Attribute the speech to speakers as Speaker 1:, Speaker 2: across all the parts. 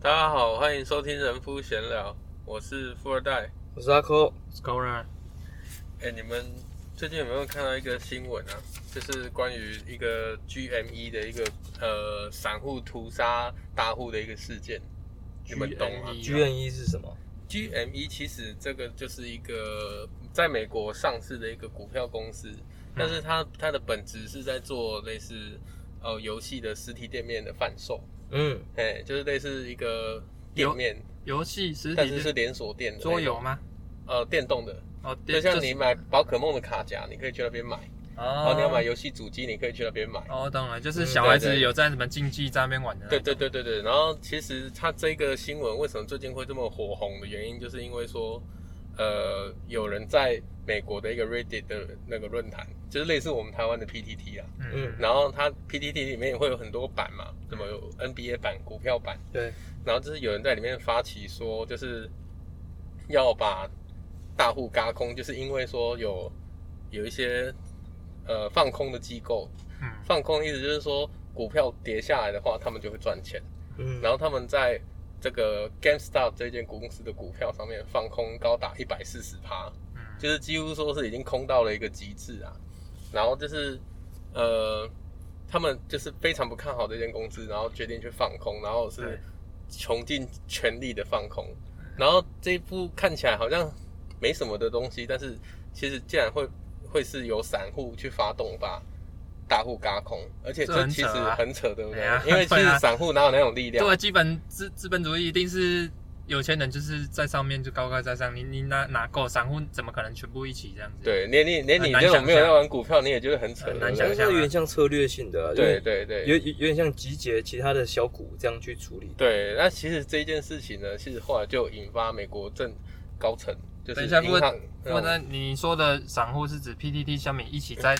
Speaker 1: 大家好，欢迎收听人夫闲聊，我是富二代。
Speaker 2: 我是阿扣，
Speaker 3: 高然，
Speaker 1: 哎、你们最近有没有看到一个新闻啊？就是关于一个 GME 的一个呃散户屠杀大户的一个事件，你们懂吗
Speaker 3: GME
Speaker 2: 剧院一是什么？
Speaker 1: ？GME 其实这个就是一个在美国上市的一个股票公司，
Speaker 3: 嗯
Speaker 1: 但是它它的本质是在做类似呃游戏的实体店面的贩售，
Speaker 2: 嗯，
Speaker 1: 哎，就是类似一个店面，
Speaker 3: 游戏实
Speaker 1: 但
Speaker 3: 体
Speaker 1: 是是连锁店的那种
Speaker 3: 桌游吗？
Speaker 1: 呃电动的，
Speaker 3: 哦，
Speaker 1: 就
Speaker 3: 对
Speaker 1: 像你买宝可梦的卡夹，你可以去那边买；然
Speaker 3: 哦
Speaker 1: 后你要买游戏主机，你可以去那边买。
Speaker 3: 哦，懂了，就是
Speaker 2: 嗯
Speaker 3: 小孩
Speaker 1: 对
Speaker 3: 子
Speaker 1: 对
Speaker 3: 有在什么竞技在那边玩的，啊
Speaker 1: 对，对对对对。然后其实它这个新闻为什么最近会这么火红的原因，就是因为说，呃，有人在美国的一个 Reddit 的那个论坛，就是类似我们台湾的 PTT 啊。
Speaker 3: 嗯
Speaker 1: 然后它 PTT 里面也会有很多版嘛，什么有 NBA 版、股票版，
Speaker 2: 对，
Speaker 1: 然后就是有人在里面发起说，就是要把大户嘎空，就是因为说有有一些呃放空的机构，
Speaker 3: 嗯，
Speaker 1: 放空的意思就是说股票跌下来的话，他们就会赚钱，
Speaker 2: 嗯，
Speaker 1: 然后他们在这个 GameStop 这间公司的股票上面放空高达一百四十趴，
Speaker 3: 嗯
Speaker 1: 就是几乎说是已经空到了一个极致啊。然后就是呃，他们就是非常不看好这间公司，然后决定去放空，然后是
Speaker 3: 对
Speaker 1: 穷尽全力的放空。然后这一部看起来好像没什么的东西，但是其实竟然会会是由散户去发动把大户嘎空，而且
Speaker 3: 这
Speaker 1: 这
Speaker 3: 很
Speaker 1: 其
Speaker 3: 扯
Speaker 1: 实
Speaker 3: 啊
Speaker 1: 很扯，对不对？
Speaker 3: 哎呀
Speaker 1: 因为其
Speaker 3: 对
Speaker 1: 实
Speaker 3: 啊
Speaker 1: 散户哪有那种力量？
Speaker 3: 对，基本资资本主义一定是有钱人就是在上面就高高在上，你你哪哪够散户怎么可能全部一起这样子？，
Speaker 1: 对，连你连你
Speaker 3: 很难
Speaker 1: 这种
Speaker 3: 想
Speaker 1: 没有在
Speaker 3: 象
Speaker 1: 玩股票，你也觉得很扯，
Speaker 3: 很
Speaker 1: 对
Speaker 3: 难
Speaker 1: 不
Speaker 3: 想
Speaker 1: 对
Speaker 3: 象
Speaker 2: 那有点像策略性的啊，有
Speaker 1: 对
Speaker 2: 点
Speaker 1: 对对，
Speaker 2: 啊有有有点像集结其他的小股这样去处理。
Speaker 1: 对，那其实这件事情呢，其实后来就引发美国政高层，就是
Speaker 3: 等一
Speaker 1: 银
Speaker 3: 下
Speaker 1: 行
Speaker 3: 不
Speaker 1: 那
Speaker 3: 过或者
Speaker 1: 种
Speaker 3: 你说的散户是指 PTT 下面一起在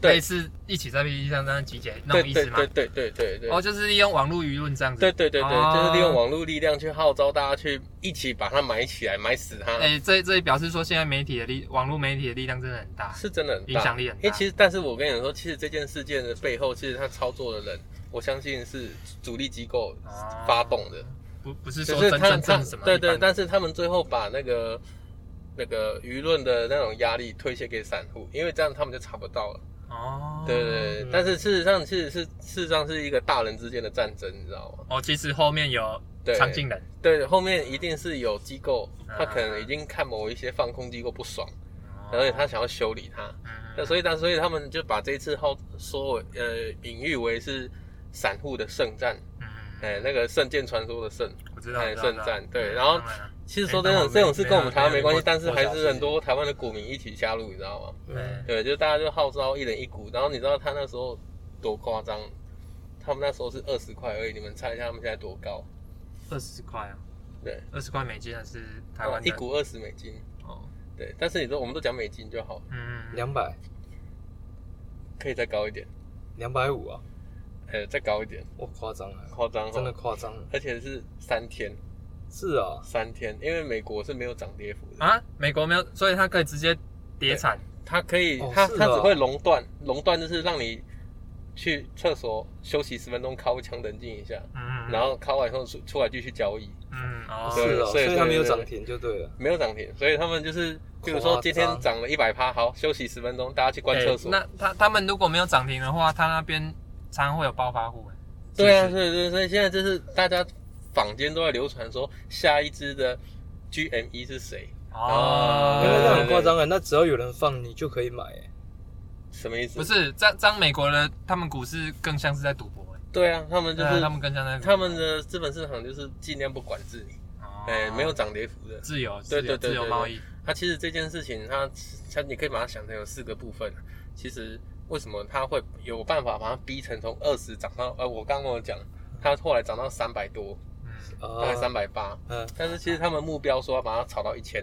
Speaker 1: 对
Speaker 3: 类似一起在 PTT 上这样集结那
Speaker 1: 对
Speaker 3: 种意
Speaker 1: 对
Speaker 3: 思吗
Speaker 1: 对？对对对对，
Speaker 3: 哦，就是利用网络舆论这样子。
Speaker 1: 对对对对，就是利用
Speaker 3: 哦
Speaker 1: 网络力量去号召大家去一起把它买起来，买死它，
Speaker 3: 哎、这这也表示说，现在媒体的力，网络媒体的力量真的很大。
Speaker 1: 是真的很大
Speaker 3: 影响力很大
Speaker 1: 因为其实，但是我跟你说，其实这件事件的背后，其实他操作的人，我相信是主力机构
Speaker 3: 哦
Speaker 1: 发动的。
Speaker 3: 不不是
Speaker 1: 只
Speaker 3: 说
Speaker 1: 是
Speaker 3: 真
Speaker 1: 他
Speaker 3: 正
Speaker 1: 他
Speaker 3: 正什么
Speaker 1: 对
Speaker 3: 一般
Speaker 1: 对，但是他们最后把那个那个舆论的那种压力推卸给散户，因为这样他们就查不到了。
Speaker 3: 哦，
Speaker 1: 对对对
Speaker 2: 嗯，
Speaker 1: 但是事实上，其实是事实上是一个大人之间的战争，你知道吗？
Speaker 3: 哦，其实后面有
Speaker 1: 对
Speaker 3: 常进人，
Speaker 1: 对，后面一定是有机构，他
Speaker 3: 啊
Speaker 1: 可能已经看某一些放空机构不爽，
Speaker 3: 哦
Speaker 1: 而且他想要修理他，那
Speaker 3: 嗯，
Speaker 1: 所以他所以他们就把这一次号说为呃隐喻为是散户的圣战，
Speaker 3: 嗯，
Speaker 1: 哎，那个圣剑传说的圣，
Speaker 3: 我知道，
Speaker 1: 哎
Speaker 3: 我知道嗯
Speaker 1: 圣战对然后
Speaker 3: 当了
Speaker 1: 其实说真的，这种事跟哎我们台湾没关系，但是还是很。
Speaker 3: 当然了
Speaker 1: 多台湾的股民一起加入，你知道吗？
Speaker 3: 嗯
Speaker 2: 嗯，
Speaker 1: 对，就大家就号召一人一股，然后你知道他那时候多夸张？他们那时候是二十块而已，你们猜一下他们现在多高？
Speaker 3: 二十块啊，
Speaker 1: 对，
Speaker 3: 二十块美金还是台湾
Speaker 1: 哦
Speaker 3: 的
Speaker 1: 一股二十美金。
Speaker 3: 哦，
Speaker 1: 对，但是你说我们都讲美金就好，
Speaker 3: 嗯，
Speaker 2: 两百
Speaker 1: 可以再高一点，
Speaker 2: 两百五啊，
Speaker 1: 呃，再高一点，
Speaker 2: 我夸张了，
Speaker 1: 夸张哦
Speaker 2: 真的，夸张了。
Speaker 1: 而且是三天，
Speaker 2: 是啊，
Speaker 1: 三天，因为美国是没有涨跌幅的，
Speaker 3: 啊，美国没有，所以它可以直接跌惨，
Speaker 1: 它可以，
Speaker 2: 哦
Speaker 1: 它
Speaker 2: 是
Speaker 1: 它
Speaker 2: 哦
Speaker 1: 只会熔断，熔断就是让你去厕所休息十分钟，敲一枪冷静一下，
Speaker 3: 嗯，
Speaker 1: 然后敲完以后出出来继续交易，
Speaker 3: 嗯哦，
Speaker 1: 对
Speaker 2: 是啊，
Speaker 1: 所
Speaker 2: 所
Speaker 1: 以
Speaker 2: 以它没有
Speaker 1: 对对
Speaker 2: 涨停就对了。
Speaker 1: 没有涨停，所以他们就是，比如说
Speaker 2: 夸张
Speaker 1: 今天涨了一百趴，好，休息十分钟，大家去关厕所。
Speaker 3: 哎那他他们如果没有涨停的话，他那边常常会有暴发户。哎
Speaker 1: 对啊，
Speaker 3: 是不是
Speaker 1: 对对，所以现在就是大家坊间都在流传说下一支的 GME 是谁，
Speaker 3: 哦
Speaker 1: 啊
Speaker 2: 因为那很
Speaker 1: 对
Speaker 2: 夸张啊，那只要有人放，你就可以买。哎
Speaker 1: 什么意思？
Speaker 3: 不，是，这样这样美国的他们股市更像是在赌博、欸，
Speaker 1: 对啊，他们就
Speaker 3: 对啊
Speaker 1: 是
Speaker 3: 他们更像在赌博
Speaker 1: 他们的资本市场就是尽量不管制你，
Speaker 3: 哦
Speaker 1: 哎，没有涨跌幅的。
Speaker 3: 自由，
Speaker 1: 对
Speaker 3: 自由
Speaker 1: 对对
Speaker 3: 自由
Speaker 1: 对
Speaker 3: 贸易，
Speaker 1: 它其实这件事情，它它你可以把它想成有四个部分。啊其实为什么它会有办法把它逼成从二十涨到呃，我刚刚我讲，它后来涨到三百多，
Speaker 3: 嗯，
Speaker 1: 大概三
Speaker 2: 啊，
Speaker 1: 百八，
Speaker 2: 嗯，
Speaker 1: 但是其实他们目标说要把它炒到一千，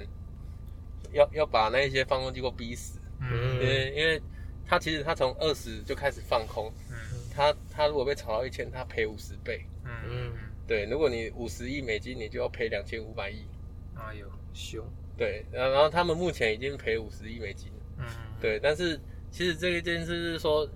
Speaker 1: 要要把那一些放空机构逼死，因
Speaker 3: 嗯
Speaker 1: 为因为他其实他从二十就开始放空，
Speaker 3: 嗯
Speaker 1: 他他如果被炒到一千，他赔五十倍。
Speaker 3: 嗯
Speaker 2: 嗯
Speaker 3: 嗯，
Speaker 1: 对，如果你五十亿美金，你就要赔两千五百亿。
Speaker 3: 哎呦，
Speaker 2: 凶，
Speaker 1: 对，然然后他们目前已经赔五十亿美金。
Speaker 3: 嗯，
Speaker 1: 对，但是其实这一件事是说，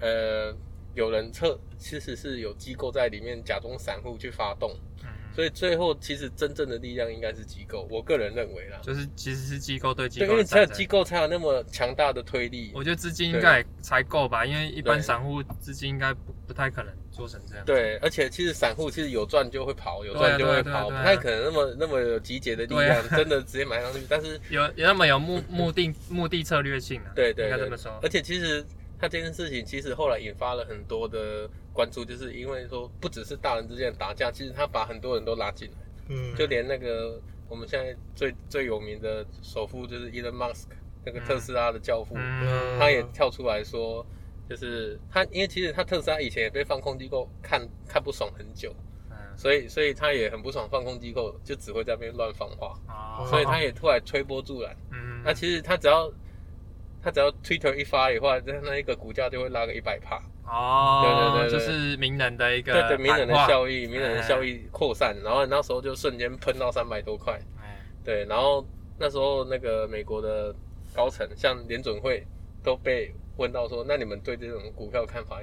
Speaker 1: 呃，有人测，其实是有机构在里面假装散户去发动，
Speaker 3: 嗯，
Speaker 1: 所以最后其实真正的力量应该是机构，我个人认为啦。
Speaker 3: 就是其实是机构对机
Speaker 1: 对，
Speaker 3: 构
Speaker 1: 因
Speaker 3: 的
Speaker 1: 为只有
Speaker 3: 战
Speaker 1: 机
Speaker 3: 争。
Speaker 1: 构才有那么强大的推力。
Speaker 3: 我觉得资金应该也才够吧，因为一般散户资金应该不不太可能做成这样。
Speaker 1: 对，而且其实散户其实有赚就会跑，有赚就会跑，
Speaker 3: 对啊对啊对啊啊
Speaker 1: 不太可能那么那么有集结的力量，真的直接买上去。但 是，
Speaker 3: 有有那么有目 目的目的策略性啊，
Speaker 1: 对对
Speaker 3: 应该
Speaker 1: 对
Speaker 3: 这么说
Speaker 1: 而。且其实他这件事情其实后来引发了很多的关注，就是因为说不只是大人之间的打架，其实他把很多人都拉进来，
Speaker 2: 嗯，
Speaker 1: 就连那个我们现在最最有名的首富就是 Elon Musk 那个特斯拉的教父，
Speaker 3: 嗯，
Speaker 1: 他也跳出来说，就是他，因为其实他特斯拉以前也被放空机构看看不爽很久，
Speaker 3: 嗯
Speaker 1: 所以所以他也很不爽放空机构，就只会在那边乱放话，
Speaker 3: 哦
Speaker 1: 所以他也突然推波助澜。
Speaker 3: 嗯，
Speaker 1: 那其实他只要他只要 Twitter 一发的话，那那一个股价就会拉个一百帕，
Speaker 3: 哦，
Speaker 1: 对对对
Speaker 3: 就
Speaker 1: 对
Speaker 3: 是名人的一个
Speaker 1: 对对，名人的
Speaker 3: 喊话，
Speaker 1: 效益，名人的效益扩散，然后那时候就瞬间喷到三百多块，
Speaker 3: 哎
Speaker 1: 对，然后那时候那个美国的高层，像联准会都被问到说，那你们对这种股票看法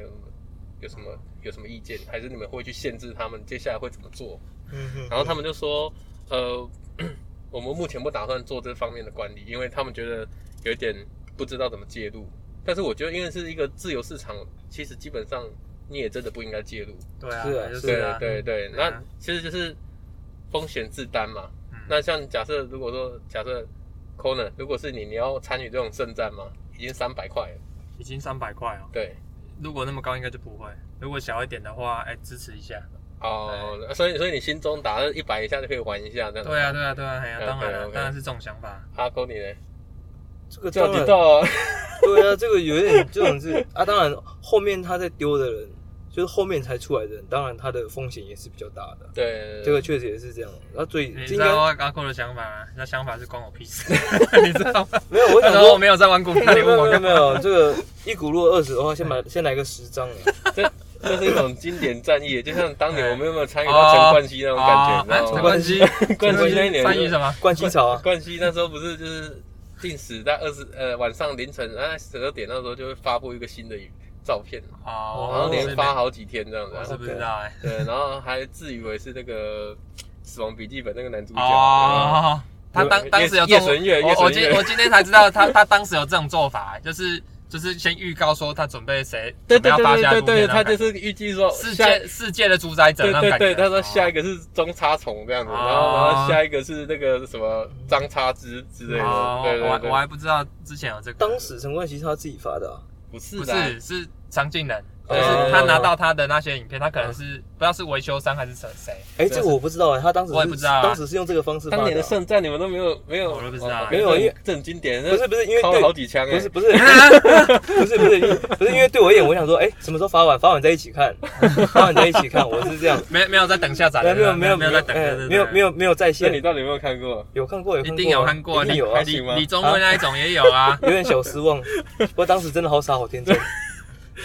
Speaker 1: 有什么有什么有什么意见？还是你们会去限制他们接下来会怎么做？
Speaker 2: 嗯哼，
Speaker 1: 然后他们就说，呃，我们目前不打算做这方面的管理，因为他们觉得有一点不知道怎么介入。但是我觉得，因为是一个自由市场，其实基本上你也真的不应该介入。
Speaker 3: 对啊，
Speaker 2: 是啊
Speaker 3: 就是
Speaker 1: 对
Speaker 3: 啊，
Speaker 1: 对对，
Speaker 3: 对
Speaker 1: 那
Speaker 3: 啊
Speaker 1: 其实就是风险自担嘛。
Speaker 3: 嗯
Speaker 1: 那像假设如果说假设 Conan，如果是你，你要参与这种圣战吗？已经三百块了，
Speaker 3: 已经三百块哦，
Speaker 1: 对，
Speaker 3: 如果那么高应该就不会，如果小一点的话，哎，支持一下。
Speaker 1: 哦，
Speaker 2: 哎
Speaker 1: 所以所以你心中打了一百一下就可以玩一下这样。
Speaker 3: 对啊，，对啊，对啊，哎呀，
Speaker 1: 嗯
Speaker 3: 当然了，
Speaker 1: OK，OK
Speaker 3: 当然是这种想法。
Speaker 1: 阿 c o 你呢？
Speaker 2: 这个
Speaker 1: 叫
Speaker 2: 当
Speaker 1: 你
Speaker 2: 然，
Speaker 1: 到啊，
Speaker 2: 对啊，这个有点这种是啊，当然后面他在丢的人，就是后面才出来的人，当然他的风险也是比较大的。
Speaker 1: 对，
Speaker 2: 这个确实也是这样，那最
Speaker 3: 你
Speaker 2: 应
Speaker 3: 知
Speaker 2: 该
Speaker 3: 道阿扣的想法吗？那想法是关我屁事，你知道吗？
Speaker 2: 没有，我
Speaker 3: 他
Speaker 2: 想
Speaker 3: 说
Speaker 2: 说
Speaker 3: 我没有在玩股
Speaker 2: 没
Speaker 3: 票，你
Speaker 2: 有没
Speaker 3: 问
Speaker 2: 有
Speaker 3: 我
Speaker 2: 没有
Speaker 3: 干
Speaker 2: 没
Speaker 3: 嘛？
Speaker 2: 有，这个一股如果二十的话，先买先来个十张啊，
Speaker 1: 这这是一种经典战役，就像当年
Speaker 3: 哎
Speaker 1: 我们有没有参与到陈冠希那种
Speaker 3: 哦哎
Speaker 1: 感觉，你
Speaker 3: 陈
Speaker 1: 知道吗？
Speaker 3: 冠希，
Speaker 1: 冠希那一
Speaker 3: 希
Speaker 1: 年
Speaker 3: 参与什么？
Speaker 2: 冠希草啊，
Speaker 1: 冠希那时候不是就是定时在二十呃晚上凌晨啊十二点那时候就会发布一个新的照片，
Speaker 3: 哦，
Speaker 1: 然后
Speaker 3: 我是
Speaker 1: 连
Speaker 3: 没
Speaker 1: 发，好几天这样子
Speaker 3: 我
Speaker 1: 啊。
Speaker 3: 是不知道哎。
Speaker 1: 对，然后还自以为是那个《死亡笔记本》那个男主角。
Speaker 3: 哦，他当
Speaker 1: 夜
Speaker 3: 当时有这
Speaker 1: 夜
Speaker 3: 种
Speaker 1: 神月夜
Speaker 3: 我我
Speaker 1: 神
Speaker 3: 今
Speaker 1: 月
Speaker 3: 我今天才知道他他当时有这种做法，就是就是先预告说他准备谁
Speaker 1: 对对
Speaker 3: 准备要
Speaker 1: 对
Speaker 3: 发下一
Speaker 1: 对对
Speaker 3: 部片啊
Speaker 1: 对，
Speaker 3: 那种
Speaker 1: 他就
Speaker 3: 感觉，
Speaker 1: 是预计 说
Speaker 3: 世
Speaker 1: 下
Speaker 3: 界世界的主宰者
Speaker 1: 对
Speaker 3: 那种
Speaker 1: 对
Speaker 3: 感觉。
Speaker 1: 对，他说
Speaker 3: 哦
Speaker 1: 下一个是中插虫这样子，然后
Speaker 3: 哦
Speaker 1: 然后下一个是那个什么张插之之类的，
Speaker 3: 哦，
Speaker 1: 对
Speaker 3: 我
Speaker 1: 对
Speaker 3: 还我
Speaker 1: 对，
Speaker 3: 还不知道之前有这个，
Speaker 2: 当时陈冠希是他自己发的啊，
Speaker 1: 不是
Speaker 3: 不
Speaker 1: 啦，
Speaker 3: 是是常进人，就
Speaker 1: 对
Speaker 3: 是他拿到他的那些影片，他可能是不知道是维修商还是谁谁，
Speaker 2: 哎，这个我不知道哎，他当时
Speaker 3: 我也不知道啊
Speaker 2: 是当时是用这个方式发
Speaker 1: 当年
Speaker 2: 的
Speaker 1: 的
Speaker 2: 啊，
Speaker 1: 圣战你们都没有没有，
Speaker 3: 我都不知道
Speaker 1: 哦
Speaker 2: 没有因为
Speaker 1: 这很经典，
Speaker 2: 不是不是因为
Speaker 1: 敲了好
Speaker 2: 对，
Speaker 1: 几枪
Speaker 2: 不
Speaker 1: 哎
Speaker 2: 是，不是不是不是不是因为对我一眼，我想说，哎，什么时候发完？发完再一起看，发完再一起看，我是这样，
Speaker 3: 没没有在等下载
Speaker 2: 没
Speaker 3: 的，
Speaker 2: 有没有没有
Speaker 3: 没没有在等，
Speaker 2: 哎
Speaker 3: 对对
Speaker 2: 没有
Speaker 3: 对
Speaker 2: 没有没有在
Speaker 1: 那你
Speaker 2: 线，
Speaker 1: 到底有没有看过？
Speaker 2: 有看过有
Speaker 3: 一
Speaker 2: 看过，
Speaker 3: 定有看过，
Speaker 2: 一定
Speaker 3: 李
Speaker 2: 有啊
Speaker 1: 还，行吗
Speaker 3: 李宗瑞那一种也有 啊，
Speaker 2: 有点小失 望，不过当时真的好傻好天真，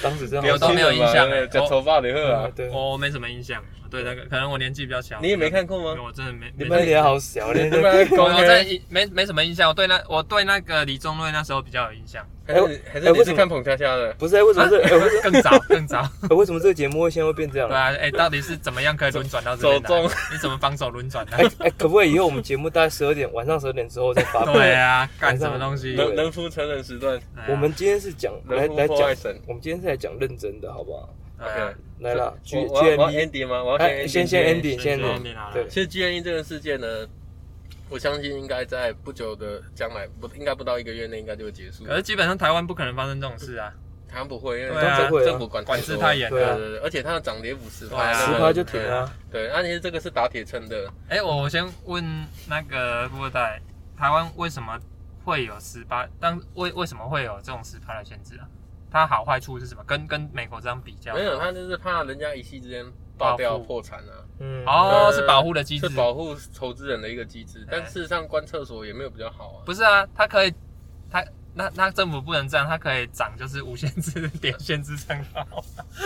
Speaker 2: 当时真的
Speaker 3: 有
Speaker 2: 好
Speaker 3: 都
Speaker 2: 傻
Speaker 3: 没。有印象哎
Speaker 1: 讲头发的赫啊
Speaker 2: 嗯，对，
Speaker 3: 我没什么印象，对那个可能我年纪比较小，
Speaker 1: 你也没看过吗？
Speaker 3: 我真的没
Speaker 2: 你
Speaker 3: 嗯没
Speaker 2: 们
Speaker 3: 在。
Speaker 2: 脸好小，
Speaker 1: 你
Speaker 2: 连
Speaker 1: 他妈
Speaker 3: 我
Speaker 1: 公
Speaker 3: 我 在
Speaker 1: 开，
Speaker 3: 没没什么印象，我对那我对那个李宗瑞那时候比较有印象，
Speaker 1: 还是还是
Speaker 2: 哎
Speaker 1: 你
Speaker 2: 为
Speaker 1: 是
Speaker 2: 什么
Speaker 1: 看捧恰恰的？
Speaker 2: 不是、欸、为什么这、欸为什么
Speaker 3: 更早更早，
Speaker 2: 欸为什么这个节目会现在会变这样
Speaker 3: 啊对
Speaker 2: 呢、啊？
Speaker 3: 啊，哎，到底是怎么样可以轮转到这边
Speaker 1: 走
Speaker 3: 来
Speaker 1: 中？
Speaker 3: 你怎么防守轮转的
Speaker 2: 哎、？欸可不可以以后我们节目大概十二点晚上十二点之后再发布？
Speaker 3: 对啊，干什么东西？
Speaker 1: 能能夫成人时段，
Speaker 3: 哎呀
Speaker 2: 我们今天是讲
Speaker 1: 能
Speaker 2: 来
Speaker 1: 夫
Speaker 2: 来
Speaker 1: 破
Speaker 2: 讲
Speaker 1: 坏，神。
Speaker 2: 我们今天是来讲认真的，好不好？
Speaker 3: 对啊
Speaker 1: OK，
Speaker 2: 来啦，G
Speaker 1: 我
Speaker 2: G
Speaker 1: 我要我
Speaker 2: M
Speaker 1: 要
Speaker 2: E，
Speaker 1: ending 吗？我要
Speaker 2: 哎，先先
Speaker 1: ending
Speaker 2: ending，先
Speaker 3: 先
Speaker 2: ending，
Speaker 3: ending 啊
Speaker 2: 对
Speaker 1: 其，实 G N E 这个事件呢，我相信应该在不久的将来，不应该不到一个月内应该就会结束。
Speaker 3: 可是基本上台湾不可能发生这种事啊，
Speaker 1: 台湾不会，因为
Speaker 3: 对啊
Speaker 1: 政府政府管
Speaker 3: 管制
Speaker 1: 制
Speaker 3: 太。严
Speaker 2: 对
Speaker 1: 对
Speaker 2: 啊
Speaker 3: 了。
Speaker 1: 对对，而且它的涨跌五十
Speaker 3: 对
Speaker 1: 趴，
Speaker 3: 啊
Speaker 2: 十趴就停了、啊。
Speaker 1: 对。对，那其实这个是打铁趁热，
Speaker 3: 哎，我先问那个富二代，台湾为什么会有十八？当为为什么会有这种十趴的限制啊？它好坏处是什么？跟跟美国这样比较，
Speaker 1: 没有，他就是怕人家一夕之间爆掉
Speaker 3: 暴富
Speaker 1: 破产啊，
Speaker 2: 嗯，
Speaker 3: 哦，
Speaker 1: 呃
Speaker 3: 是保护的机制
Speaker 1: 是，保护投资人的一个机制。但
Speaker 3: 哎
Speaker 1: 事实上，关厕所也没有比较好啊。
Speaker 3: 不是啊，它可以，它那那政府不能这样，它可以涨就是无限制 点限制上高，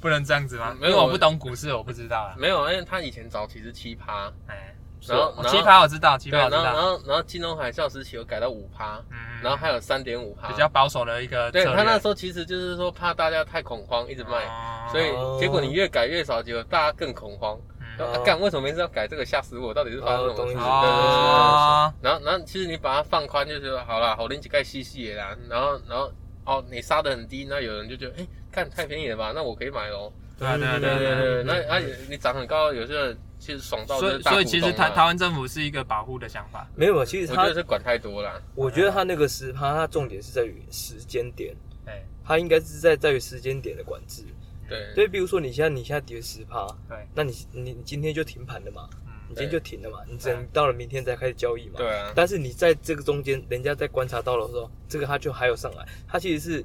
Speaker 3: 不能这样子吗？
Speaker 1: 没
Speaker 3: 因
Speaker 1: 有
Speaker 3: 为我不懂股市，我不知道啊。
Speaker 1: 没有，因为他以前早期是七趴，
Speaker 3: 哎，
Speaker 1: 然后
Speaker 3: 我
Speaker 1: 然
Speaker 3: 七
Speaker 1: 后
Speaker 3: 趴我知道，七
Speaker 1: 对，
Speaker 3: 趴我
Speaker 1: 然后
Speaker 3: 知
Speaker 1: 然
Speaker 3: 道，
Speaker 1: 后然后金融海啸时期有改到五趴，
Speaker 3: 嗯
Speaker 1: 然后还有三点五趴，
Speaker 3: 比较保守的一个策
Speaker 1: 对
Speaker 3: 略。
Speaker 1: 他那时候其实就是说怕大家太恐慌，一直卖，
Speaker 3: 哦
Speaker 1: 所以
Speaker 2: 哦
Speaker 1: 结果你越改越少，结果大家更恐慌，
Speaker 3: 嗯
Speaker 1: 然后
Speaker 2: 哦
Speaker 1: 啊干、为什么每次要改这个？吓死我！到底是发生什么事？
Speaker 2: 哦懂意思
Speaker 1: 对对对对对
Speaker 3: 哦，
Speaker 1: 然后，然后其实你把它放宽，就觉得好啦，好拎几盖细细的啦。然后，然后哦，你杀的很低，那有人就觉得，哎，看太便宜了吧，那我可以买哦。
Speaker 3: 对啊对啊哎
Speaker 1: 对对对对，
Speaker 2: 嗯
Speaker 1: 那啊，你涨很高，有些人其实爽到就
Speaker 3: 所
Speaker 1: 是
Speaker 3: 以
Speaker 1: 大股
Speaker 3: 所
Speaker 1: 东啊
Speaker 3: 以其实台台湾政府是一个保护的想法，
Speaker 2: 没有啊，其实
Speaker 1: 我
Speaker 2: 他
Speaker 1: 觉得是管太多啦。
Speaker 2: 我觉得他那个十趴，它重点是在于时间点，
Speaker 3: 对
Speaker 2: 它应该是在在于时间点的管制。
Speaker 1: 对，
Speaker 2: 对，比如说你现在你现在跌十趴，
Speaker 3: 对，
Speaker 2: 那你你你今天就停盘了嘛，你
Speaker 3: 嗯，
Speaker 2: 今天就停了嘛，你只能到了明天才开始交易嘛。
Speaker 1: 对啊，
Speaker 2: 但是你在这个中间，人家在观察到的时候，这个它就还有上来，它其实是。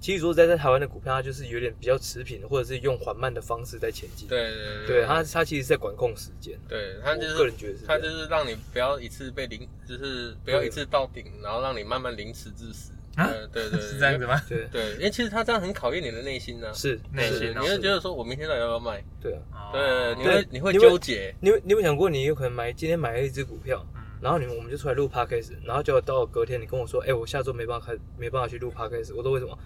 Speaker 2: 其实说实在在台湾的股票，它就是有点比较持平，或者是用缓慢的方式在前进。，
Speaker 1: 对对
Speaker 2: 对它，它其实是在管控时间。
Speaker 1: 对他就
Speaker 2: 我个
Speaker 1: 是
Speaker 2: 人觉得是这
Speaker 1: 他
Speaker 2: 样。
Speaker 1: 就是让你不要一次被凌，就是不要一次到顶，然后让你慢慢凌迟致死。
Speaker 3: 啊
Speaker 1: 呃对 对对，
Speaker 3: 是这样子吗？
Speaker 2: 对，
Speaker 1: 对，因为其实他这样很考验你的内心呢。
Speaker 2: 是
Speaker 3: 内
Speaker 1: 是
Speaker 3: 心
Speaker 1: 你
Speaker 3: 啊
Speaker 1: 会觉得说，我明天到底要不要卖？
Speaker 2: 对啊。
Speaker 3: 哦
Speaker 1: 对，你
Speaker 2: 对
Speaker 1: 会你会
Speaker 2: 你会
Speaker 1: 纠结。
Speaker 2: 你有你有没有想过，你有可能买今天买了一只股票，
Speaker 3: 嗯
Speaker 2: 然后你们我们就出来录 podcast，然后结果到了隔天你跟我说，哎、我下周没办法开，没办法去录 podcast，我说为什么？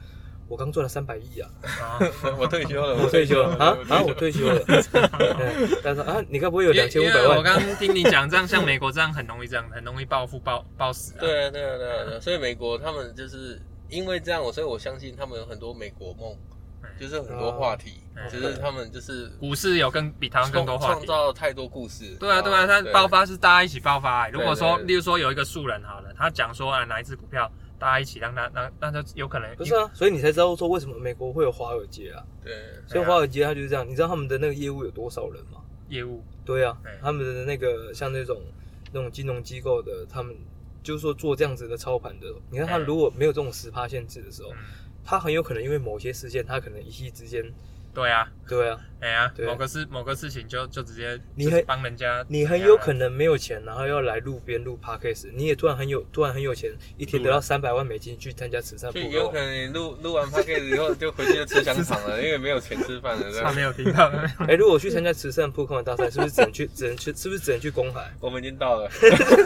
Speaker 2: 我刚赚了三百亿啊！
Speaker 3: 啊
Speaker 1: 我退休了，
Speaker 2: 我退休了啊啊！我
Speaker 1: 我
Speaker 2: 退休了。 对他说啊，你该不会有啊
Speaker 3: 因
Speaker 2: 两
Speaker 3: 为
Speaker 2: 千五
Speaker 3: 因
Speaker 2: 百
Speaker 3: 为我
Speaker 2: 万？
Speaker 3: 刚听你讲，这样像美国这样很容易这样，很容易暴富暴暴死啊。
Speaker 1: 对啊，对啊，对啊，对啊所以美国他们就是因为这样，我所以我相信他们有很多美国梦，
Speaker 3: 嗯，
Speaker 1: 就是很多话题
Speaker 3: 嗯，
Speaker 1: 就是他们就是
Speaker 3: 股市有更比台湾更
Speaker 1: 创
Speaker 3: 多话
Speaker 1: 创
Speaker 3: 题。
Speaker 1: 造太多故事。
Speaker 3: 对啊，对啊，它
Speaker 1: 然后
Speaker 3: 爆，发是大家一起爆发、欸。如果
Speaker 1: 对
Speaker 3: 说，
Speaker 1: 对对
Speaker 3: 例如说有一个素人好了，他讲说啊哪一只股票，大家一起让他让那就有可能
Speaker 2: 不是啊，所以你才知道说为什么美国会有华尔街啊。
Speaker 1: 对
Speaker 2: 所以华尔街它就是这样，你知道他们的那个业务有多少人吗？
Speaker 3: 业务
Speaker 2: 对啊
Speaker 3: 对，
Speaker 2: 他们的那个像那种那种金融机构的，他们就是说做这样子的操盘的，你看他
Speaker 3: 嗯
Speaker 2: 如果没有这种十趴限制的时候
Speaker 3: 嗯，，
Speaker 2: 他很有可能因为某些事件，他可能一夕之间，
Speaker 3: 对啊，
Speaker 2: 对啊，
Speaker 3: 哎呀、
Speaker 2: 对
Speaker 3: 某个事某个事情就就直接
Speaker 2: 你
Speaker 3: 就是
Speaker 2: 很
Speaker 3: 帮人家，啊
Speaker 2: 你很有可能没有钱，然后要来路边录 podcast，你也突然很有突然很有钱，一天得到啊三百万美金去参加慈善部
Speaker 1: 就有
Speaker 2: 落
Speaker 1: 可。能你录录完 p o d c a s 以后就回去就吃香肠 了，因为没有钱吃饭了。对
Speaker 3: 他
Speaker 1: 吧
Speaker 3: 没有 听到，
Speaker 2: 哎，如果去参加慈善扑克的大赛，是不是只能去，只能去，是不是只能去公海？
Speaker 1: 我们已经到了，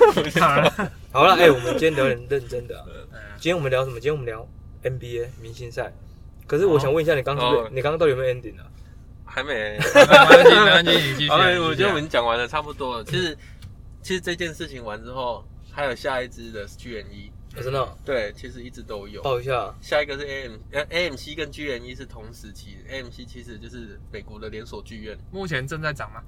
Speaker 3: 好啊了，
Speaker 2: 好了，哎，我们今天聊点认真的啊、
Speaker 3: 嗯
Speaker 2: 今天我们聊什么？今天我们聊 NBA 明星赛。可是我想问一下，你刚刚是不
Speaker 1: 哦
Speaker 2: 是你刚刚到底有没有 ending 啊？
Speaker 1: 还没。
Speaker 3: 没关系，没关系，你继续
Speaker 1: 好
Speaker 3: 啊。你继续
Speaker 1: 了，
Speaker 3: 啊
Speaker 1: 我觉得我们讲完了，差不多了。其实其实这件事情完之后，还有下一支的 GNE，
Speaker 2: 我真的哦
Speaker 1: 对，其实一直都有。
Speaker 2: 报一下，
Speaker 1: 下一个是 AM，呃 AMC 跟 GNE 是同时期的，AMC 其实就是美国的连锁剧院，
Speaker 3: 目前正在涨吗？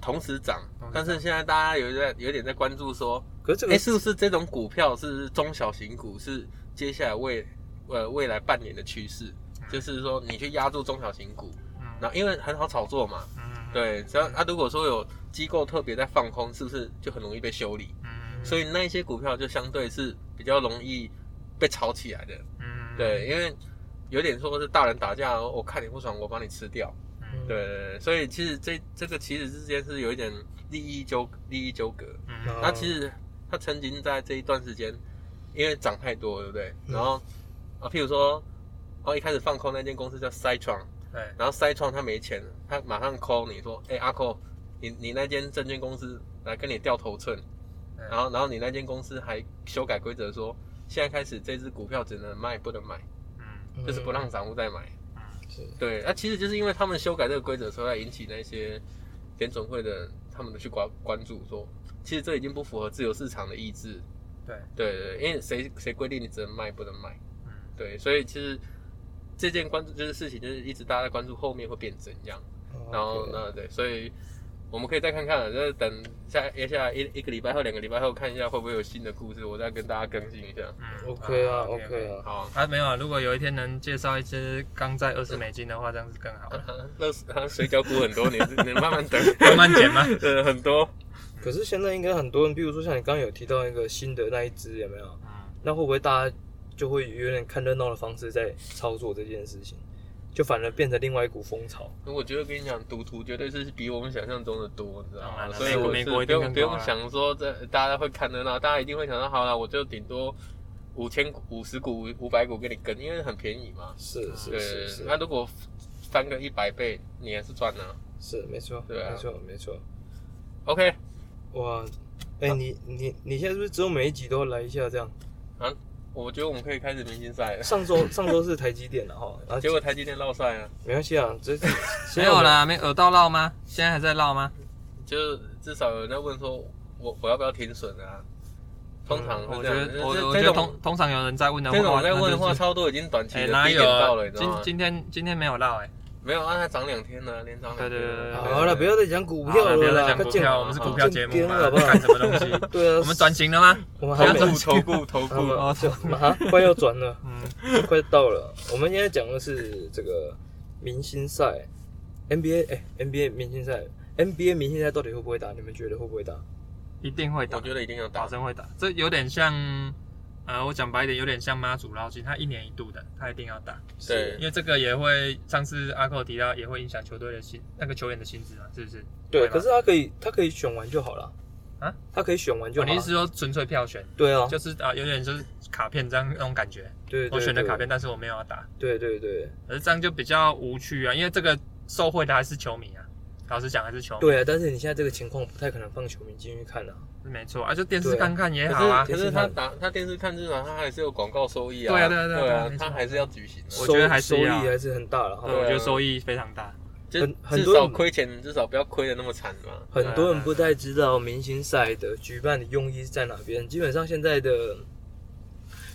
Speaker 1: 同时涨
Speaker 3: 同时涨。
Speaker 1: 但是现在大家有在有点在关注说，
Speaker 2: 可是这
Speaker 1: 哎、
Speaker 2: 个
Speaker 1: 是不是这种股票是中小型股是接下来未呃未来半年的趋势？就是说你去压住中小型股，
Speaker 3: 嗯
Speaker 1: 然后因为很好炒作嘛，
Speaker 3: 嗯，
Speaker 1: 对，只要啊如果说有机构特别在放空，是不是就很容易被修理？
Speaker 3: 嗯，
Speaker 1: 所
Speaker 3: 以
Speaker 1: 以那一些股票就相对是比较容易被炒起来的。
Speaker 3: 嗯，
Speaker 1: 对，因为有点说是大人打架，哦我看你不爽，我把你吃掉。
Speaker 3: 嗯
Speaker 1: 对，对所以其实这这个其实之间是有一点利益纠利益纠葛。
Speaker 3: 嗯
Speaker 1: 那其实他曾经在这一段时间，因为涨太多，对不对？然后啊，譬如说，哦，一开始放空那间公司叫 Citron，
Speaker 3: 对，
Speaker 1: 然后 Citron 他没钱了，他马上 call 你说，哎、阿扣，你你那间证券公司来跟你掉头寸，
Speaker 3: 对
Speaker 1: 然后然后你那间公司还修改规则说，现在开始这只股票只能卖不能买，
Speaker 3: 嗯
Speaker 1: 就是不让散户再买。
Speaker 3: 嗯
Speaker 1: 对，那、其实就是因为他们修改这个规则，所以才引起那些联总会的人他们的去关关注说，其实这已经不符合自由市场的意志。
Speaker 3: 对，
Speaker 1: 对对，因为谁谁规定你只能卖不能卖？
Speaker 3: 嗯
Speaker 1: 对，所以其实这件关注就是事情，就是一直大家在关注后面会变怎样。然后
Speaker 2: 哦
Speaker 1: 呢，对，所以我们可以再看看，就是等下接下来一一个礼拜后、两个礼拜后看一下会不会有新的故事，我再跟大家更新一下。
Speaker 3: 嗯
Speaker 2: ？OK 啊
Speaker 3: ，OK，OK
Speaker 2: ，OK 啊，
Speaker 1: 好，
Speaker 3: 啊，没有啊，如果有一天能介绍一只刚在二十美金的话，这样是更好 了。
Speaker 1: 那是啊水饺股很多，你你慢慢等，
Speaker 3: 慢 慢减嘛。
Speaker 1: 呃，很多。
Speaker 2: 可是现在应该很多人，比如说像你刚刚有提到一个新的那一只，有没有？
Speaker 3: 嗯，
Speaker 2: 那会不会大家就会有点看热闹的方式在操作这件事情，就反而变成另外一股风潮？
Speaker 1: 我觉得跟你讲，赌徒绝对是比我们想象中的多，你知道
Speaker 3: 当
Speaker 1: 吗？
Speaker 3: 然了
Speaker 1: 所以
Speaker 3: 美国
Speaker 1: 我
Speaker 3: 美
Speaker 1: 是
Speaker 3: 国一
Speaker 1: 不
Speaker 3: 定
Speaker 1: 用
Speaker 3: 更
Speaker 1: 不
Speaker 3: 高
Speaker 1: 用
Speaker 3: 啊
Speaker 1: 想说这大家会看热闹，大家一定会想到，好了，我就顶多五千股、五十股、五百股给你跟，因为很便宜嘛。
Speaker 2: 是
Speaker 1: 对
Speaker 2: 是是是，
Speaker 1: 那如果翻个一百倍，你还是赚啊。
Speaker 2: 是没错，
Speaker 1: 对啊
Speaker 2: 没错没错。
Speaker 1: OK，
Speaker 2: 啊哇，哎、你你你现在是不是只有每一集都来一下这样？
Speaker 1: 啊，我觉得我们可以开始明星赛了。
Speaker 2: 上周上周是台积电然后， 啊
Speaker 1: 结果台积电落赛啊，
Speaker 2: 没关系啊，这是
Speaker 3: 没有，啦，没有到绕吗？现在还在绕吗？
Speaker 1: 就是至少有人在问说我我要不要停损啊？通常
Speaker 3: 我
Speaker 1: 会这
Speaker 3: 觉
Speaker 1: 样
Speaker 3: 得我
Speaker 1: 这
Speaker 3: 我
Speaker 1: 这
Speaker 3: 觉得
Speaker 1: 种
Speaker 3: 通通常有人在问的话，
Speaker 1: 这种在
Speaker 3: 那
Speaker 1: 问的话，
Speaker 3: 就是
Speaker 1: 超多已经短期
Speaker 3: 哎
Speaker 1: 的
Speaker 3: 哪
Speaker 1: 低
Speaker 3: 有
Speaker 1: 点到了，你知
Speaker 3: 今
Speaker 1: 道吗？
Speaker 3: 今天今天没有绕哎，
Speaker 1: 没有啊，它涨两天了，连涨两天。
Speaker 3: 对对对对对
Speaker 2: 好了，不要再讲股票
Speaker 3: 好不要
Speaker 2: 了
Speaker 3: 再
Speaker 2: 啦，
Speaker 3: 讲
Speaker 2: 快
Speaker 3: 股
Speaker 2: 见
Speaker 3: 票，我们是股票节目嘛，
Speaker 2: 好不好
Speaker 3: 干什么东 西？
Speaker 2: 对啊，
Speaker 3: 我们转型了吗？
Speaker 2: 我们还
Speaker 1: 投
Speaker 2: 没
Speaker 1: 顾投 顾投
Speaker 2: 啊不
Speaker 1: 顾，
Speaker 3: 哦
Speaker 2: 就 啊快要转了，
Speaker 3: 嗯，
Speaker 2: 快到了。我们现在讲的是这个明星赛，NBA 哎、NBA 明星赛，NBA 明星赛到底会不会打？你们觉得会不会打？
Speaker 3: 一定会打
Speaker 1: 我，觉得一定要
Speaker 3: 保
Speaker 1: 打。
Speaker 3: 证会打。这有点像，呃，我讲白一点，有点像妈祖绕境，它一年一度的，它一定要打，
Speaker 1: 对
Speaker 3: 因为这个也会上次阿寇提到，也会影响球队的薪那个球员的薪资嘛，是不是？
Speaker 2: 对，
Speaker 3: 吧
Speaker 2: 可是他可以，他可以选完就好了
Speaker 3: 啊，
Speaker 2: 他可以选完就
Speaker 3: 哦
Speaker 2: 好
Speaker 3: 你
Speaker 2: 了。
Speaker 3: 是说纯粹票选，
Speaker 2: 对啊，
Speaker 3: 就是啊，有点就是卡片这样那种感觉。
Speaker 2: 对，对
Speaker 3: 我选的
Speaker 2: 对
Speaker 3: 卡片，啊但是我没有要打，
Speaker 2: 对对对
Speaker 3: 可是这样就比较无趣啊，因为这个受贿的还是球迷啊。老实讲，还是球迷，
Speaker 2: 对啊！但是你现在这个情况不太可能放球迷进去看啊。
Speaker 3: 是没错啊，就电视
Speaker 2: 对啊
Speaker 3: 看看也好
Speaker 1: 可
Speaker 3: 啊
Speaker 1: 是。可
Speaker 2: 电视
Speaker 1: 是他
Speaker 2: 看
Speaker 1: 打他电视看日常，他还是有广告收益啊。
Speaker 3: 对啊对啊对啊
Speaker 1: 对
Speaker 3: 对啊没错
Speaker 1: 他还是要举行的。
Speaker 3: 我觉得
Speaker 2: 收
Speaker 3: 还是
Speaker 2: 收益
Speaker 3: 要
Speaker 2: 还是很大了哈
Speaker 3: 对，。我觉得收益非常大。
Speaker 1: 就
Speaker 2: 很很
Speaker 1: 至
Speaker 2: 多人
Speaker 1: 少亏钱，至少不要亏的那么惨嘛。
Speaker 2: 很多人不太知道明星赛的举办的用意是在哪边。基本上现在的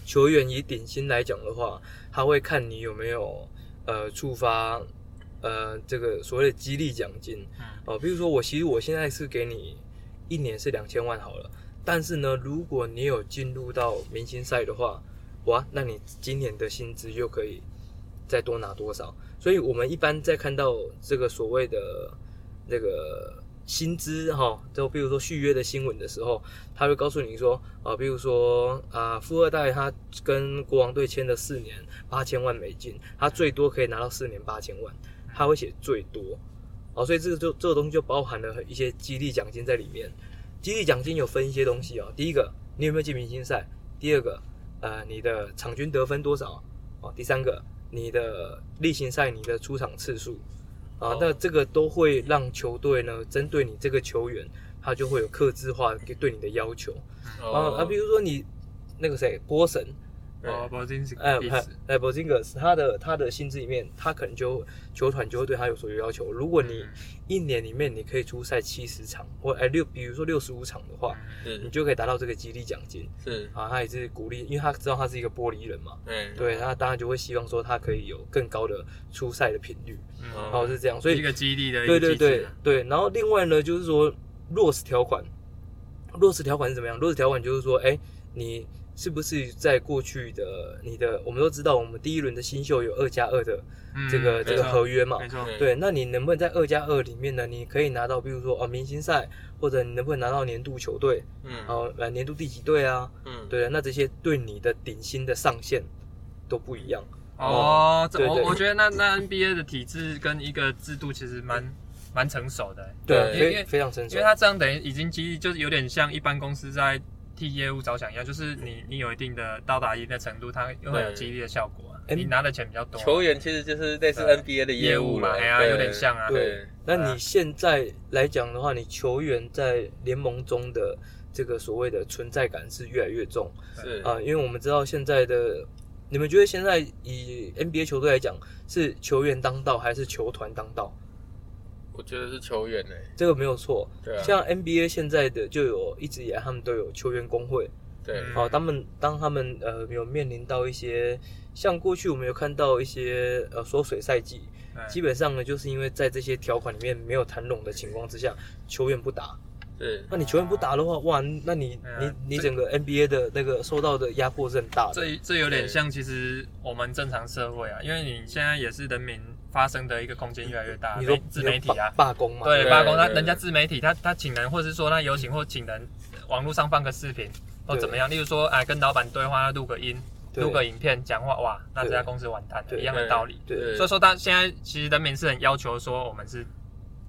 Speaker 2: 球员以顶薪来讲的话，他会看你有没有呃触发呃这个所谓的激励奖金
Speaker 3: 嗯，
Speaker 2: 哦、比如说我其实我现在是给你一年是两千万好了，但是呢，如果你有进入到明星赛的话，哇，那你今年的薪资又可以再多拿多少？所以我们一般在看到这个所谓的这个薪资哈、就比如说续约的新闻的时候，他会告诉你说啊，比如说啊，富二代他跟国王队签了四年八千万美金，他最多可以拿到四年八千万，他会写最多。哦，所以这个就这个东西就包含了一些激励奖金在里面。激励奖金有分一些东西哦，第一个你有没有进明星赛？第二个，呃，你的场均得分多少？哦，第三个，你的例行赛你的出场次数啊
Speaker 1: 哦，
Speaker 2: 那这个都会让球队呢针对你这个球员，他就会有克制化对你的要求
Speaker 3: 嗯
Speaker 2: 啊啊，比如说你那个谁波神，
Speaker 1: 哦对
Speaker 3: 哦，铂金是
Speaker 2: 哎
Speaker 3: 历
Speaker 2: 哎
Speaker 3: 史，
Speaker 2: 哎，博金格斯他的他的薪资里面，他可能就球团就会对他有所有要求。如果你
Speaker 3: 嗯
Speaker 2: 一年里面你可以出赛七十场，或哎六，比如说六十五场的
Speaker 3: 嗯
Speaker 2: 话，你
Speaker 1: 是
Speaker 2: 就可以达到这个激励奖金
Speaker 1: 是，
Speaker 2: 啊。他也是鼓励，因为他知道他是一个玻璃人嘛，
Speaker 1: 哎，
Speaker 2: 对，他当然就会希望说他可以有更高的出赛的频率，
Speaker 1: 哦
Speaker 2: 然后是这样。所以
Speaker 3: 一个激励的一
Speaker 2: 对
Speaker 3: 个
Speaker 2: 对
Speaker 3: 机
Speaker 2: 对
Speaker 3: 制啊，
Speaker 2: 对，然后另外呢，就是说落实条款，落实条款是怎么样？落实条款就是说，哎，你是不是在过去的你的，我们都知道，我们第一轮的新秀有二加二的
Speaker 3: 嗯
Speaker 2: 这个、
Speaker 3: 没
Speaker 2: 这个
Speaker 3: 错
Speaker 2: 合约啊嘛？
Speaker 3: 没错，
Speaker 1: 对
Speaker 2: 对，那你能不能在二加二里面呢？你可以拿到，比如说哦，明星赛，或者你能不能拿到年度球队，
Speaker 1: 嗯
Speaker 2: 哦，呃，年度第几队啊？
Speaker 1: 嗯，
Speaker 2: 对，那这些对你的顶薪的上限都不一样。
Speaker 3: 哦，这
Speaker 2: 对
Speaker 3: 我
Speaker 2: 对
Speaker 3: 我觉得那那 NBA 的体制跟一个制度其实蛮蛮成熟的欸，
Speaker 1: 对
Speaker 3: 因为
Speaker 2: 非非常成
Speaker 3: 因
Speaker 2: 熟
Speaker 3: 为。它这样等于已经激励，就是有点像一般公司在替业务着想一样，就是你你有一定的到达一定的程度，它又会有
Speaker 1: 对
Speaker 3: 激励的效果啊，
Speaker 2: 哎
Speaker 3: 你拿的钱比较多啊，
Speaker 1: 球员其实就是类似
Speaker 3: 对
Speaker 1: NBA 的
Speaker 3: 呃业
Speaker 1: 务
Speaker 3: 务嘛，
Speaker 1: 啦
Speaker 3: 哎呀，
Speaker 1: 对
Speaker 3: 有点像啊，
Speaker 1: 对
Speaker 2: 对，那你现在来讲的话，你球员在联盟中的这个所谓的存在感是越来越重
Speaker 1: 是
Speaker 2: 啊、因为我们知道现在的，你们觉得现在以 NBA 球队来讲，是球员当道还是球团当道？
Speaker 1: 我觉得是球员呢，
Speaker 2: 这个没有错。
Speaker 1: 对啊，
Speaker 2: 像 NBA 现在的就有一直以来他们都有球员工会，
Speaker 1: 对，
Speaker 3: 嗯
Speaker 2: 哦，他们当他们呃有面临到一些像过去我们有看到一些呃缩水赛季，
Speaker 1: 嗯
Speaker 3: 对
Speaker 2: 基本上呢就是因为在这些条款里面没有谈拢的情况之下，球员不打，
Speaker 1: 是
Speaker 2: 那你球员不打的话，哇，那你
Speaker 3: 哎呀
Speaker 2: 你你
Speaker 3: 这
Speaker 2: 整个 NBA 的那个受到的压迫是很大的。
Speaker 3: 这这有点像，其实我们正常社会啊，因为你现在也是人民发声的一个空间越来越大，
Speaker 2: 你说
Speaker 3: 媒自媒体
Speaker 2: 你说
Speaker 3: 啊
Speaker 2: 罢，罢工嘛？
Speaker 3: 对
Speaker 1: 对
Speaker 3: 罢工，他
Speaker 1: 对
Speaker 3: 人家自媒体，他他请人，或者是说他有请或请人，网络上放个视频或
Speaker 2: 对
Speaker 3: 怎么样，例如说哎跟老板对话，录个音，
Speaker 2: 对
Speaker 3: 录个影片讲话，哇，那这
Speaker 2: 对
Speaker 3: 家公司完蛋了，
Speaker 2: 对
Speaker 3: 一样的道理。
Speaker 2: 对
Speaker 3: 所以说，他现在其实人民是很要求说我们是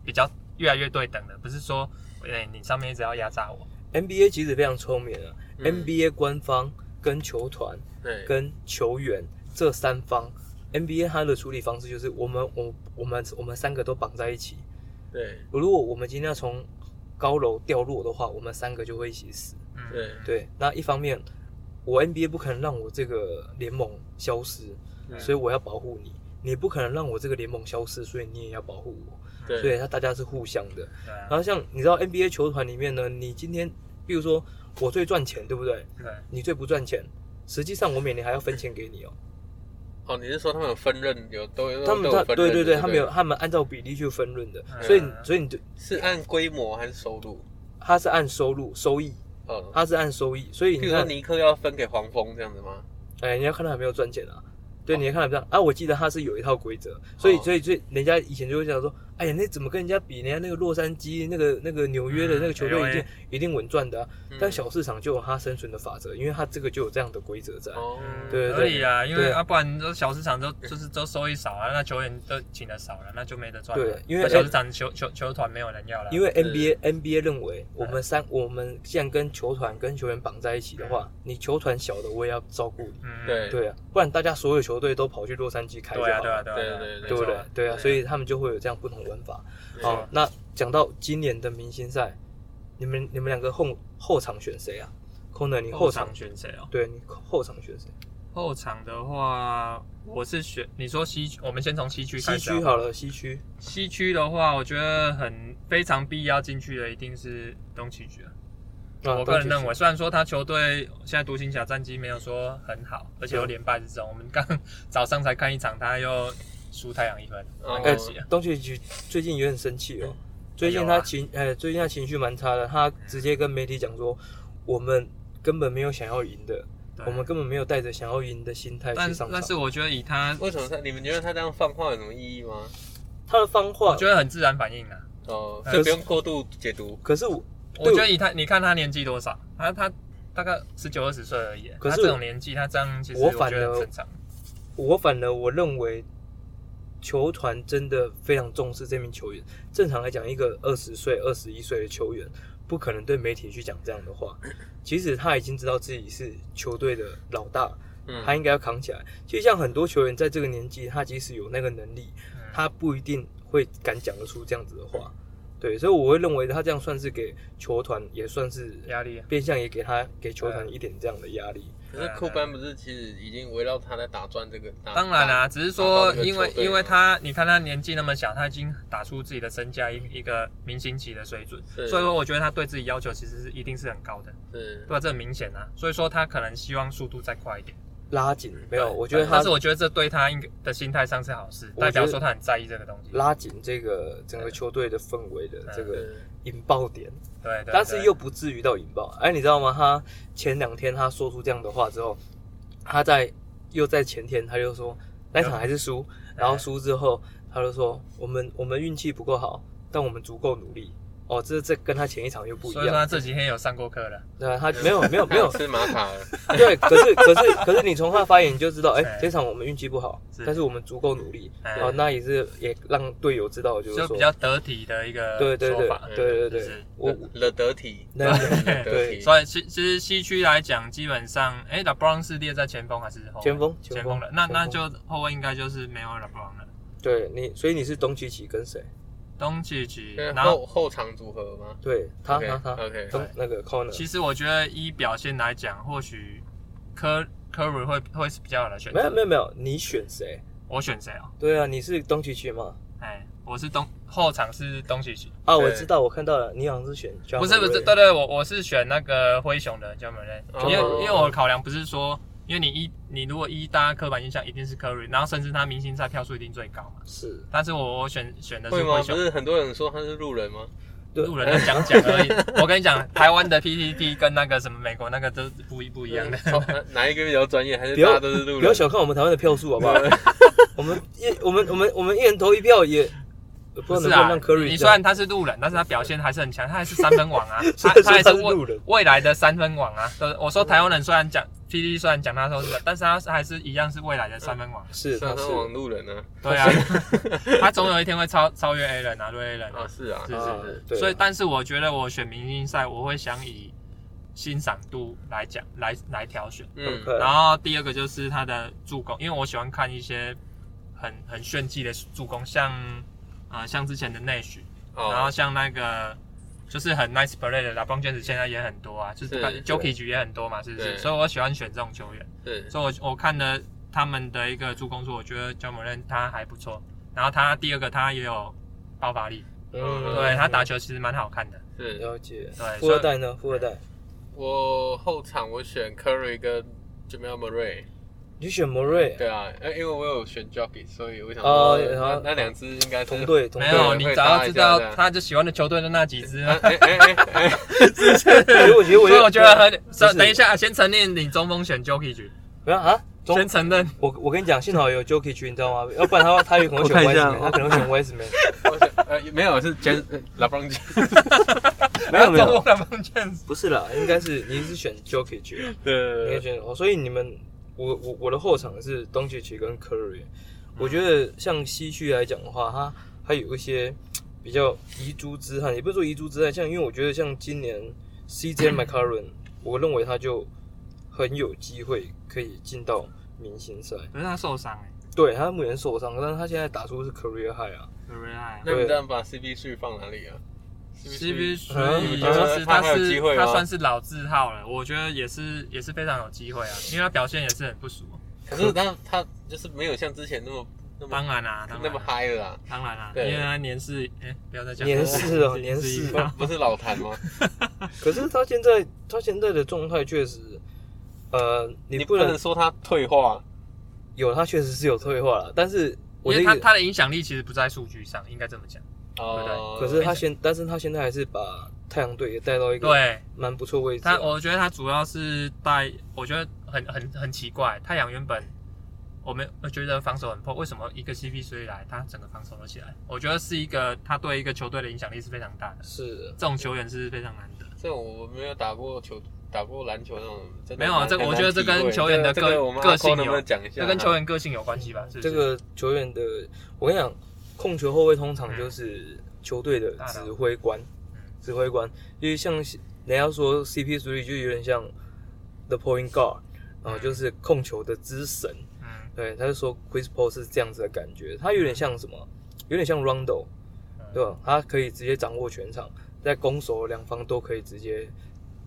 Speaker 3: 比较越来越对等的，不是说哎你上面一直要压榨我，
Speaker 2: NBA 其实非常聪明啊、
Speaker 1: 嗯
Speaker 2: n b a 官方跟球团
Speaker 1: 对
Speaker 2: 跟球员这三方，NBA 它的处理方式就是我们我我们我们三个都绑在一起。
Speaker 1: 对
Speaker 2: 如果我们今天要从高楼掉落的话，我们三个就会一起死。
Speaker 3: 嗯，
Speaker 1: 对
Speaker 2: 对，那一方面我 NBA 不可能让我这个联盟消失，
Speaker 1: 嗯
Speaker 2: 所以我要保护你。你不可能让我这个联盟消失，所以你也要保护我。所
Speaker 1: 对
Speaker 2: 以它大家是互相的。
Speaker 3: 对啊
Speaker 2: 然后像你知道 NBA 球团里面呢，你今天比如说我最赚钱，对不对？
Speaker 3: 对，
Speaker 2: 你最不赚钱，实际上我每年还要分钱给你哦。
Speaker 1: 哦，你是说他们有分任有都有
Speaker 2: 他们
Speaker 1: 都
Speaker 2: 他
Speaker 1: 有
Speaker 2: 对
Speaker 1: 分
Speaker 2: 对
Speaker 1: 润
Speaker 2: 对
Speaker 1: 不
Speaker 2: 他们有他们按照比例去分润的，
Speaker 3: 嗯
Speaker 2: 所以所以你就
Speaker 1: 对是按规模还是收入？
Speaker 2: 它是按收入收益，
Speaker 1: 哦，
Speaker 2: 它是按收益，所以
Speaker 1: 譬
Speaker 2: 你
Speaker 1: 如说
Speaker 2: 看，
Speaker 1: 尼克要分给黄蜂这样子吗？
Speaker 2: 哎，你要看他有没有赚钱啊。对，
Speaker 1: 哦
Speaker 2: 你要看他有没有赚啊！我记得他是有一套规则，所以
Speaker 1: 哦
Speaker 2: 所以所以人家以前就会讲说，哎呀，那怎么跟人家比？人家那个洛杉矶、那个那个纽约的
Speaker 3: 嗯
Speaker 2: 那个球队一定、一定稳赚的、啊，
Speaker 1: 嗯
Speaker 2: 但小市场就有它生存的法则，因为它这个就有这样的规则在。
Speaker 1: 哦，
Speaker 3: 嗯
Speaker 2: 对
Speaker 3: 合理啊，因为
Speaker 2: 对
Speaker 3: 啊，不然都小市场都就是都收益少了，啊那球员都请的少了，那就没得赚了。
Speaker 2: 对因为
Speaker 3: 小市场球球球团没有人要了，
Speaker 2: 因为 NBA NBA 认为我们三我们既然跟球团跟球员绑在一起的话，你球团小的我也要照顾你。
Speaker 3: 嗯
Speaker 1: 对
Speaker 2: 对啊，不然大家所有球队都跑去洛杉矶开就好
Speaker 3: 对啊对啊
Speaker 2: 了，
Speaker 3: 对啊
Speaker 1: 对对
Speaker 3: 啊，
Speaker 2: 对不
Speaker 3: 没
Speaker 2: 对
Speaker 3: 错？
Speaker 2: 对
Speaker 1: 对
Speaker 2: 啊，
Speaker 1: 啊
Speaker 2: 所以他们就会有这样不同的玩法。
Speaker 1: 对
Speaker 2: 好，那讲到今年的明星赛，你们你们两个后后场选谁啊？Corner，你后
Speaker 3: 后
Speaker 2: 场
Speaker 3: 场选谁哦？
Speaker 2: 对你后场选谁？
Speaker 3: 后场的话，我是选你说西区，我们先从西区开
Speaker 2: 西
Speaker 3: 始。啊
Speaker 2: 区好，了，西区
Speaker 3: 西区的话，我觉得很非常必要进去的一定是东契奇啊。
Speaker 2: 啊，
Speaker 3: 我个人认为，虽然说他球队现在独行侠战绩没有说很好，而且有连败之中。我们刚早上才看一场，他又输太阳一分，
Speaker 1: 哦
Speaker 3: 很
Speaker 2: 哎
Speaker 3: 可惜啊。
Speaker 2: 东契奇最近有点生气哦，最近
Speaker 3: 哎
Speaker 2: 他
Speaker 3: 呦啊
Speaker 2: 情哎、最近他情绪蛮差的，他直接跟媒体讲说，我们根本没有想要赢的，哎
Speaker 3: 对
Speaker 2: 我们根本没有带着想要赢的心态
Speaker 3: 但
Speaker 2: 去上场
Speaker 3: 但。是我觉得以他，
Speaker 1: 为什么他？你们觉得他这样放话有什么意义吗？
Speaker 2: 他的方
Speaker 3: 我
Speaker 2: 话，
Speaker 3: 觉得很自然反应啊。
Speaker 1: 哦，
Speaker 3: 呃
Speaker 1: 所以不用过度解读。
Speaker 2: 可是我
Speaker 3: 我觉得以他，你看他年纪多少，他他大概十九二十岁而已。
Speaker 2: 可
Speaker 3: 他
Speaker 2: 是
Speaker 3: 这种年纪，他这样其实
Speaker 2: 我
Speaker 3: 我
Speaker 2: 反
Speaker 3: 觉得
Speaker 2: 而
Speaker 3: 很正常。
Speaker 2: 我反而我认为，球团真的非常重视这名球员。正常来讲，一个二十岁、二十一岁的球员，不可能对媒体去讲这样的话。其实他已经知道自己是球队的老大，
Speaker 1: 嗯
Speaker 2: 他应该要扛起来。其实像很多球员在这个年纪，他即使有那个能力，
Speaker 3: 嗯
Speaker 2: 他不一定会敢讲得出这样子的话。对，所以我会认为他这样算是给球团，也算是
Speaker 3: 压力啊，
Speaker 2: 变相也给他给球团一点这样的压力。
Speaker 1: 可是库班不是其实已经围绕他在打转这个？打
Speaker 3: 当然啦、啊
Speaker 1: 打
Speaker 3: 只是
Speaker 1: 打到
Speaker 3: 说
Speaker 1: 这个
Speaker 3: 因为
Speaker 1: 球队
Speaker 3: 因为
Speaker 1: 嘛
Speaker 3: 他，你看他年纪那么小，他已经打出自己的身价一一个明星级的水准，
Speaker 1: 是
Speaker 3: 所以说我觉得他对自己要求其实是一定是很高的，
Speaker 1: 是
Speaker 3: 对吧、这很明显啊，所以说他可能希望速度再快一点。
Speaker 2: 拉紧没有，我
Speaker 3: 我
Speaker 2: 觉得他
Speaker 3: 但是我觉得这对他应该的心态上是好事，
Speaker 2: 我
Speaker 3: 代表
Speaker 2: 觉得
Speaker 3: 说他很在意这个东西。
Speaker 2: 拉紧这个整个球队的氛围的这个
Speaker 1: 是
Speaker 2: 引爆点，
Speaker 3: 对对，
Speaker 2: 但是
Speaker 3: 对
Speaker 2: 又不至于到引爆。哎，你知道吗？他前两天他说出这样的话之后，他在又在前天他就说那场还是输，然后输之后他就说我们我们运气不够好，但我们足够努力。哦，这这跟他前一场又不一
Speaker 3: 所以说他
Speaker 2: 样，
Speaker 3: 这几天有上过课了，
Speaker 2: 对啊，他没有没有 没有，
Speaker 1: 吃马 卡了，
Speaker 2: 对，可是可是可是你从他的发言你就知道，哎
Speaker 3: 哎，
Speaker 2: 这场我们运气不好，
Speaker 3: 是
Speaker 2: 但是我们足够努力，
Speaker 3: 哎
Speaker 2: 哦，那也是也让队友知道，就是
Speaker 3: 就
Speaker 2: 说
Speaker 3: 比较得体的一个
Speaker 2: 对对
Speaker 3: 说
Speaker 2: 对
Speaker 3: 法。嗯
Speaker 2: 对对
Speaker 3: 就
Speaker 2: 对
Speaker 3: 是，
Speaker 2: 我
Speaker 1: 惹得体，
Speaker 2: 那
Speaker 1: 惹得
Speaker 2: 对
Speaker 1: 体。
Speaker 3: 所以其其实西区来讲，基本上，哎、l e b r o n 是列在前锋还是后卫
Speaker 2: 前锋
Speaker 3: 前
Speaker 2: 锋
Speaker 3: 锋哦了，那
Speaker 2: 前
Speaker 3: 那
Speaker 2: 锋
Speaker 3: 就后卫应该就是没有 LeBron 了。
Speaker 2: 对你，所以你是东契奇跟谁？
Speaker 3: 东契奇，
Speaker 1: 跟
Speaker 3: 然后
Speaker 1: 后后场组合吗？
Speaker 2: 对他他他
Speaker 1: OK，
Speaker 2: 东那个 Corner，
Speaker 3: 其实我觉得以表现来讲，或许科科瑞会会是比较好的选
Speaker 2: 没有
Speaker 3: 择。
Speaker 2: 没有没有，你选谁？
Speaker 3: 我选谁哦？
Speaker 2: 对啊，你是东契奇嘛？
Speaker 3: 哎，我是东后场是东契奇，
Speaker 2: 啊，
Speaker 1: 对
Speaker 2: 我知道，我看到了，你好像是选 Ja
Speaker 3: 不是不
Speaker 2: Morant
Speaker 3: 是，对对，我我是选那个灰熊的 j a m a r
Speaker 1: 哦
Speaker 3: 因为因为我的考量不是说，因为你一你如果一大家刻板印象一定是科瑞，然后甚至他明星赛票数一定最高嘛。
Speaker 2: 是
Speaker 3: 但是我我选选的
Speaker 1: 会
Speaker 3: 是
Speaker 1: 吗
Speaker 3: 灰？
Speaker 1: 不
Speaker 3: 熊，
Speaker 1: 是很多人说他是路人吗？
Speaker 2: 对
Speaker 3: 路人的讲讲而已。我跟你讲，台湾的 PTT 跟那个什么美国那个都是不一不
Speaker 1: 不
Speaker 3: 一样的。
Speaker 1: 呃哪一个比较专业？还是
Speaker 2: 不要
Speaker 1: 大家都是路
Speaker 2: 不要
Speaker 1: 人？
Speaker 2: 小看我们台湾的票数好不 好？我们一我们我们我们一人投一票也不知道
Speaker 3: 不
Speaker 2: 能
Speaker 3: 是
Speaker 2: 不能
Speaker 3: 啊
Speaker 2: 让 Curry
Speaker 3: 你你
Speaker 2: 这
Speaker 3: 虽
Speaker 2: 样
Speaker 3: 然他是路人，但是他表现还是很强，他还是三分
Speaker 2: ，
Speaker 3: 王啊
Speaker 2: 虽
Speaker 3: 他
Speaker 2: 然说
Speaker 3: 他还
Speaker 2: 他
Speaker 3: 是
Speaker 2: 是路
Speaker 3: 未
Speaker 2: 人
Speaker 3: 未来的三分王啊。都我说台湾人虽然讲 P D 虽然讲他说是，但是他还是一样是未来的三分王。
Speaker 2: 是
Speaker 1: 上
Speaker 2: 他
Speaker 1: 山
Speaker 2: 是
Speaker 1: 网路人啊？
Speaker 3: 对啊， 他总有一天会超超越 A 人啊，对 A 人
Speaker 1: 啊，
Speaker 3: 啊。
Speaker 1: 是啊，
Speaker 3: 是
Speaker 2: 啊
Speaker 3: 是
Speaker 2: 对啊
Speaker 3: 所以，但是我觉得我选明星赛，我会想以欣赏度来讲来来挑选。
Speaker 1: 嗯，
Speaker 2: OK
Speaker 3: 然后第二个就是他的助攻，因为我喜欢看一些很很炫技的助攻，像呃像之前的内许，然后
Speaker 1: 哦，
Speaker 3: 像那个就是很 nice play 的 LeBron James 现在也很多啊，就是
Speaker 1: 是
Speaker 3: Jokic 也很多嘛，是不是？
Speaker 1: 对
Speaker 3: 所以我喜欢选这种球员。
Speaker 1: 对，
Speaker 3: 所以我我看了他们的一个助攻数，我觉得 j a m a n 他还不错。然后他第二个他也有爆发力，
Speaker 1: 嗯
Speaker 3: 对他打球其实蛮好看的。
Speaker 1: 是
Speaker 2: 了解。
Speaker 3: 对，
Speaker 2: 富二
Speaker 3: 所以
Speaker 2: 代呢？富二代，
Speaker 1: 我后场我选 Curry 跟 Jamal Murray，
Speaker 2: 你选莫瑞，
Speaker 1: 对啊，呃因为我有选 Jockey，所以我想
Speaker 2: 哦
Speaker 1: 说
Speaker 2: 然后
Speaker 1: 那那两只应该是
Speaker 2: 同队同
Speaker 3: 没
Speaker 2: 队。
Speaker 3: 有，
Speaker 1: 对
Speaker 3: 你
Speaker 1: 会
Speaker 3: 只要
Speaker 1: 打一
Speaker 3: 知
Speaker 1: 下
Speaker 3: 道
Speaker 1: 这样
Speaker 3: 他就喜欢的球队就那几支
Speaker 1: 啊
Speaker 3: 啊。
Speaker 1: 哎哎哎哎，
Speaker 2: 所以我觉得我
Speaker 3: 所以我觉得
Speaker 2: 是
Speaker 3: 很，等一下，先承认你中锋选 Jokic，
Speaker 2: 没有啊，中
Speaker 3: 先承认。
Speaker 2: 我我跟你讲，幸好有 Jokic，你知道吗？要不然他他有可能选
Speaker 4: 我看一下
Speaker 2: Wiseman，他可能选 Wiseman。
Speaker 1: 我选呃没有是 j a m LeBron James，
Speaker 2: 没有没
Speaker 3: 中
Speaker 2: 有，
Speaker 3: 锋的方卷
Speaker 2: 不是啦，应该是你是选 Jokic，
Speaker 1: 对
Speaker 2: 你
Speaker 1: 对
Speaker 2: 也选哦。所以你们，我我我的后场是东契奇跟 Curry。我觉得像西区来讲的话，它还有一些嘖比较遗珠之憾，也不是说遗珠之憾，像因为我觉得像今年 CJ McCarron，我认为他就很有机会可以进到明星赛。
Speaker 3: 可是他受伤哎，
Speaker 2: 对他目前受伤，但是他现在打出是 career high 啊。
Speaker 3: 对不对？
Speaker 1: 那你这样把 CB 序放哪里啊
Speaker 3: CP
Speaker 1: 序
Speaker 3: 属
Speaker 2: 嗯
Speaker 3: 于
Speaker 2: 你
Speaker 1: 觉得
Speaker 3: 其实
Speaker 1: 他
Speaker 3: 他
Speaker 1: 还有机
Speaker 3: 是
Speaker 1: 会吗
Speaker 3: 他算是老字号了，我觉得也是也是非常有机会啊，因为他表现也是很不俗。
Speaker 1: 可是他他就是没有像之前那么那么
Speaker 3: 当然啦，当
Speaker 1: 那
Speaker 3: 然
Speaker 1: 么
Speaker 3: 啦，
Speaker 1: 嗨了啊，
Speaker 3: 当然啦，因
Speaker 1: 对
Speaker 3: 为他年事哎，不要再讲
Speaker 2: 年事哦
Speaker 3: 年事
Speaker 2: 年事
Speaker 3: 一 样
Speaker 1: 不是老谭吗？
Speaker 2: 可是他现在他现在的状态确实，呃，你
Speaker 1: 你
Speaker 2: 不
Speaker 1: 不
Speaker 2: 能
Speaker 1: 能说他退化，
Speaker 2: 有他确实是有退化了，但是我的
Speaker 3: 因为
Speaker 2: 意
Speaker 3: 他
Speaker 2: 思，
Speaker 3: 他的影响力其实不在数据上，应该这么讲。
Speaker 1: 哦，
Speaker 2: 可是他现，但是他现在还是把太阳队也带到一个
Speaker 3: 对
Speaker 2: 蛮不错位置啊。
Speaker 3: 他，哦我觉得他主要是带，我觉得很很很奇怪，太阳原本我们我觉得防守很破，为什么一个 CP 3来，他整个防守都起来？我觉得是一个他对一个球队的影响力是非常大的，
Speaker 2: 是
Speaker 3: 这种球员是非常难得。
Speaker 1: 这种我没有打过球，打过篮球那种，真的
Speaker 3: 没有啊这个
Speaker 1: 很难
Speaker 3: 我觉得这跟
Speaker 1: 体会
Speaker 3: 球员的
Speaker 1: 这个
Speaker 3: 个
Speaker 1: 这个我们
Speaker 3: 个性
Speaker 1: 阿 Q 能不
Speaker 3: 有
Speaker 1: 能讲一下？啊
Speaker 3: 这跟球员个性有关系吧？是不是
Speaker 2: 这个球员的，我跟你讲，控球后卫通常就是球队的
Speaker 3: 嗯大佬
Speaker 2: 指挥官
Speaker 3: 嗯，
Speaker 2: 指挥官，因为像人家说 CP 3就有点像 the point guard，然后就是控球的之神。
Speaker 3: 嗯
Speaker 2: 对，他就说 Chris Paul 是这样子的感觉，他有点像什么？有点像 Rondo，
Speaker 3: 嗯
Speaker 2: 对吧？他可以直接掌握全场，在攻守两方都可以直接